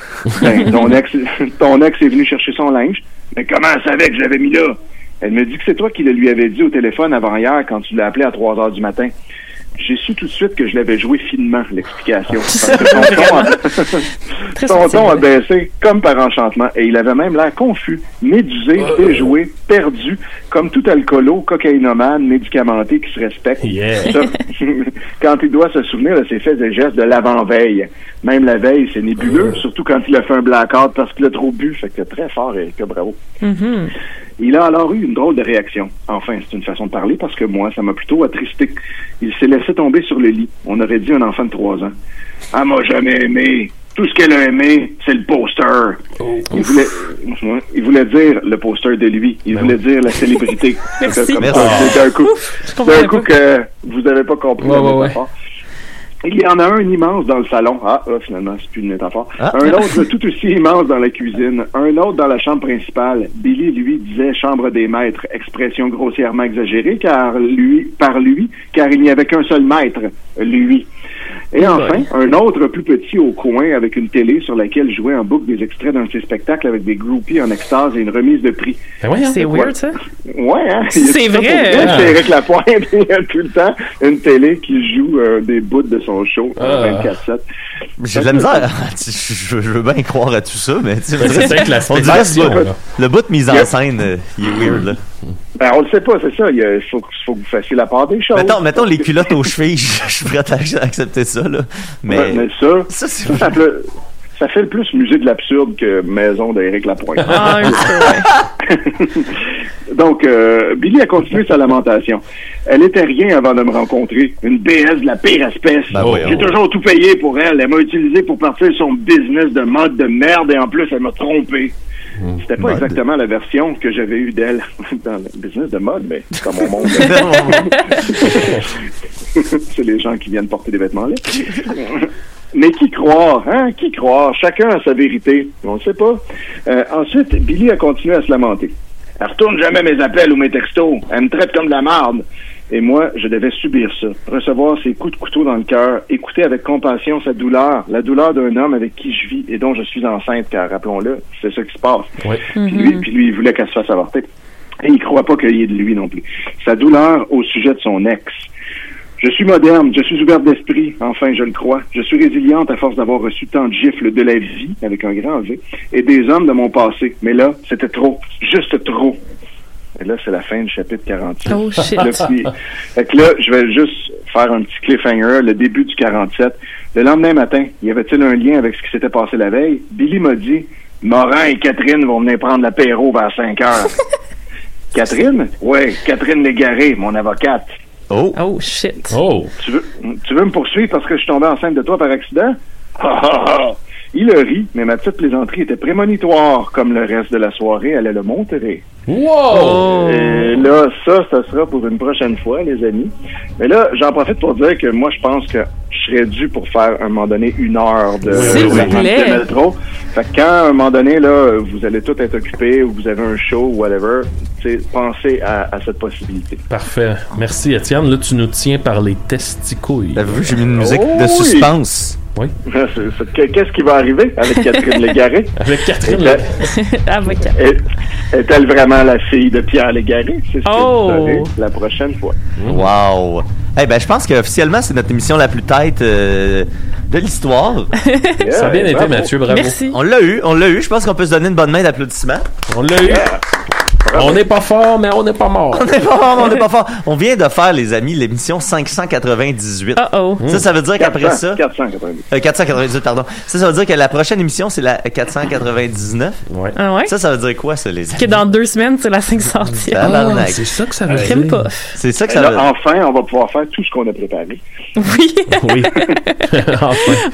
[SPEAKER 9] Ben, ton ex, ton ex est venu chercher son linge. Mais comment elle savait que je l'avais mis là? Elle me dit que c'est toi qui le lui avais dit au téléphone avant-hier quand tu l'as appelé à 3 heures du matin. J'ai su tout de suite que je l'avais joué finement, l'explication. Parce que son ton a- Son ton a
[SPEAKER 12] ben,
[SPEAKER 9] baissé comme par enchantement et il avait même l'air confus, médusé, déjoué, perdu, comme tout alcoolo, cocaïnomane, médicamenté qui se respecte. Ça, quand il doit se souvenir de ses faits et gestes de l'avant-veille. Même la veille, c'est nébuleux, surtout quand il a fait un blackout parce qu'il a trop bu. Fait que très fort, Erika, bravo. Il a alors eu une drôle de réaction. Enfin, c'est une façon de parler parce que moi, ça m'a plutôt attristé. Il s'est laissé tomber sur le lit. On aurait dit un enfant de trois ans. Elle m'a jamais aimé. Tout ce qu'elle a aimé, c'est le poster.
[SPEAKER 5] Oh.
[SPEAKER 9] Il, voulait, Ouais, il voulait dire le poster de lui. Il voulait dire la célébrité.
[SPEAKER 5] Merci.
[SPEAKER 9] Comme
[SPEAKER 5] Ben Merci.
[SPEAKER 9] ça, c'est d'un coup,
[SPEAKER 5] comprenais
[SPEAKER 9] d'un coup que vous n'avez pas compris.
[SPEAKER 5] Ouais,
[SPEAKER 9] la
[SPEAKER 5] ouais, ouais.
[SPEAKER 9] métaphore. Il y en a un immense dans le salon. Ah, ah, finalement, c'est plus une métaphore.
[SPEAKER 3] Ah.
[SPEAKER 9] Un autre tout aussi immense dans la cuisine. Un autre dans la chambre principale. Billy, lui, disait chambre des maîtres, expression grossièrement exagérée car lui, par lui, car il n'y avait qu'un seul maître, lui. Et enfin, un autre plus petit au coin avec une télé sur laquelle jouait en boucle des extraits d'un de ses spectacles avec des groupies en extase et une remise de prix.
[SPEAKER 4] Ben voyons. C'est
[SPEAKER 9] Ouais.
[SPEAKER 4] weird, ça.
[SPEAKER 9] Ouais, hein?
[SPEAKER 4] C'est
[SPEAKER 9] Il y a tout ça pour
[SPEAKER 4] vrai. Ah.
[SPEAKER 9] Chez Éric Lapointe, il y a tout le temps une télé qui joue euh, des bouts de son show euh,
[SPEAKER 3] Ah.
[SPEAKER 9] 24-7.
[SPEAKER 3] J'ai de la misère. Tu- Je, je veux bien croire à tout ça, mais tu sais,
[SPEAKER 4] Ouais, c'est peut-être la
[SPEAKER 3] on dirait que
[SPEAKER 4] fondation,
[SPEAKER 3] le,
[SPEAKER 4] là.
[SPEAKER 3] le bout de mise en
[SPEAKER 9] Yep.
[SPEAKER 3] scène, euh, il est weird. Là.
[SPEAKER 9] Ben, on le sait pas, c'est ça. Il y a- faut, faut que vous fassiez la part des choses.
[SPEAKER 3] Mettons, mettons les culottes aux chevilles, je, je suis prêt à accepter ça. Là. Mais,
[SPEAKER 9] Ouais, mais ça, ça, ça ple- ça fait le plus musée de l'absurde que Maison d'Éric Lapointe. Donc, euh, Billy a continué sa lamentation. Elle était rien avant de me rencontrer. Une BS de la pire espèce.
[SPEAKER 3] Ben voyons.
[SPEAKER 9] J'ai toujours tout payé pour elle. Elle m'a utilisé pour partir son business de mode de merde et en plus, elle m'a trompé. C'était pas
[SPEAKER 3] Mode.
[SPEAKER 9] exactement la version que j'avais eue d'elle dans le business de mode, mais c'est dans mon monde. c'est les gens qui viennent porter des vêtements là. Mais qui croire, hein? Qui croire? Chacun a sa vérité. On ne sait pas. Euh, ensuite, Billy a continué à se lamenter. Elle retourne jamais mes appels ou mes textos. Elle me traite comme de la marde. Et moi, je devais subir ça. Recevoir ses coups de couteau dans le cœur, écouter avec compassion sa douleur, la douleur d'un homme avec qui je vis et dont je suis enceinte, car rappelons-le, c'est ça qui se passe.
[SPEAKER 5] Mm-hmm.
[SPEAKER 7] Mhm.
[SPEAKER 9] Puis lui, puis lui, il voulait qu'elle se fasse avorter. Et il croit pas qu'il y ait de lui non plus. Sa douleur au sujet de son ex. Je suis moderne, je suis ouverte d'esprit, enfin je le crois. Je suis résiliente à force d'avoir reçu tant de gifles de la vie, avec un grand V, et des hommes de mon passé. Mais là, c'était trop, juste trop. Et là, c'est la fin du chapitre 46.
[SPEAKER 5] Oh, shit.
[SPEAKER 9] Le petit- fait que là, je vais juste faire un petit cliffhanger, le début du 47. Le lendemain matin, y avait-il un lien avec ce qui s'était passé la veille? Billy m'a dit, Morin et Catherine vont venir prendre l'apéro vers 5 heures. Catherine? Oui, Catherine Légaré, mon avocate.
[SPEAKER 3] Oh.
[SPEAKER 5] Oh, shit.
[SPEAKER 4] Oh.
[SPEAKER 9] Tu veux, tu veux me poursuivre parce que je suis tombé enceinte de toi par accident? Ha, ha, ha. Il a ri, mais ma petite plaisanterie était prémonitoire, comme le reste de la soirée allait le montrer.
[SPEAKER 5] Oh.
[SPEAKER 4] Wow!
[SPEAKER 9] Et là, ça, ça sera pour une prochaine fois, les amis. Mais là, j'en profite pour dire que moi, je pense que je serais dû pour faire, à un moment donné, une heure de,
[SPEAKER 14] S'il vous
[SPEAKER 9] de-
[SPEAKER 14] plaît.
[SPEAKER 9] de métro. Fait que quand, à un moment donné, là, vous allez tout être occupé ou vous avez un show ou whatever, tu sais, pensez à, à cette possibilité.
[SPEAKER 4] Parfait. Merci, Étienne. Là, tu nous tiens par les testicouilles. T'as vu, j'ai mis une
[SPEAKER 9] musique de Oh oui. suspense.
[SPEAKER 4] Oui.
[SPEAKER 9] C'est- c'est- que- Qu'est-ce qui va arriver avec Catherine Légaré?
[SPEAKER 4] Avec Catherine
[SPEAKER 9] Est-
[SPEAKER 5] Avocat.
[SPEAKER 9] est- Est-elle vraiment la fille de Pierre Légaré? C'est ce que
[SPEAKER 3] Oh!
[SPEAKER 9] vous saurez la prochaine fois.
[SPEAKER 3] Wow! Eh ben, je pense qu'officiellement, c'est notre émission la plus tête euh, de l'histoire.
[SPEAKER 9] Ça a bien été, bravo. Mathieu, bravo. Merci.
[SPEAKER 3] On l'a eu, on l'a eu. Je pense qu'on peut se donner une bonne main d'applaudissements.
[SPEAKER 4] On l'a eu. On n'est pas fort, mais on n'est pas mort.
[SPEAKER 3] On n'est pas fort, on n'est pas fort. On vient de faire, les amis, l'émission 598.
[SPEAKER 5] Uh-oh.
[SPEAKER 3] Ça, ça veut dire qu'après ça...
[SPEAKER 9] 490.
[SPEAKER 3] Euh, 498, pardon. Ça, ça veut dire que la prochaine émission, c'est la 499.
[SPEAKER 5] Ah ouais?
[SPEAKER 3] Ça, ça veut dire quoi, ça, les amis?
[SPEAKER 5] Que dans deux semaines, c'est la 500e.
[SPEAKER 3] Tabarnak.
[SPEAKER 5] Je crème pas.
[SPEAKER 3] C'est ça que
[SPEAKER 9] Et
[SPEAKER 3] ça
[SPEAKER 9] Euh, là,
[SPEAKER 3] veut
[SPEAKER 9] Enfin, on va pouvoir faire tout ce qu'on a préparé.
[SPEAKER 4] Oui.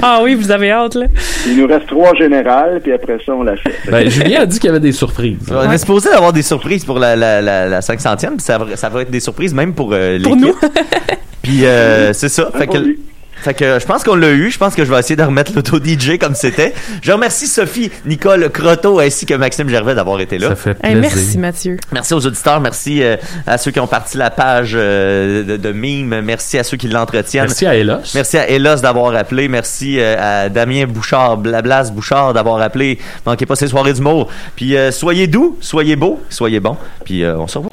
[SPEAKER 5] Ah oui, vous avez hâte, là.
[SPEAKER 9] Il nous reste trois générales, puis après ça, on la fait.
[SPEAKER 4] Ben, Julien a dit qu'il y avait des surprises.
[SPEAKER 3] On est supposé avoir des surprises pour la, la, la, la 500e, puis ça, va- ça va être des surprises même pour euh, l'équipe. puis euh, c'est ça. Fait que, fait que je pense qu'on l'a eu. Je pense que je vais essayer de remettre l'auto-DJ comme c'était. Je remercie Sophie, Nicole, Croteau ainsi que Maxime Gervais d'avoir été là. Ça fait
[SPEAKER 5] Hey, merci, Mathieu.
[SPEAKER 3] Merci aux auditeurs, merci euh, à ceux qui ont parti la page euh, de, de mime, merci à ceux qui l'entretiennent.
[SPEAKER 4] Merci à Elos.
[SPEAKER 3] Merci à Elos d'avoir appelé, merci euh, à Damien Bouchard, Blablas Bouchard d'avoir appelé. Manquez pas ces soirées d'humour. Puis euh, soyez doux, soyez beaux, soyez bons. Puis euh, on se revoit.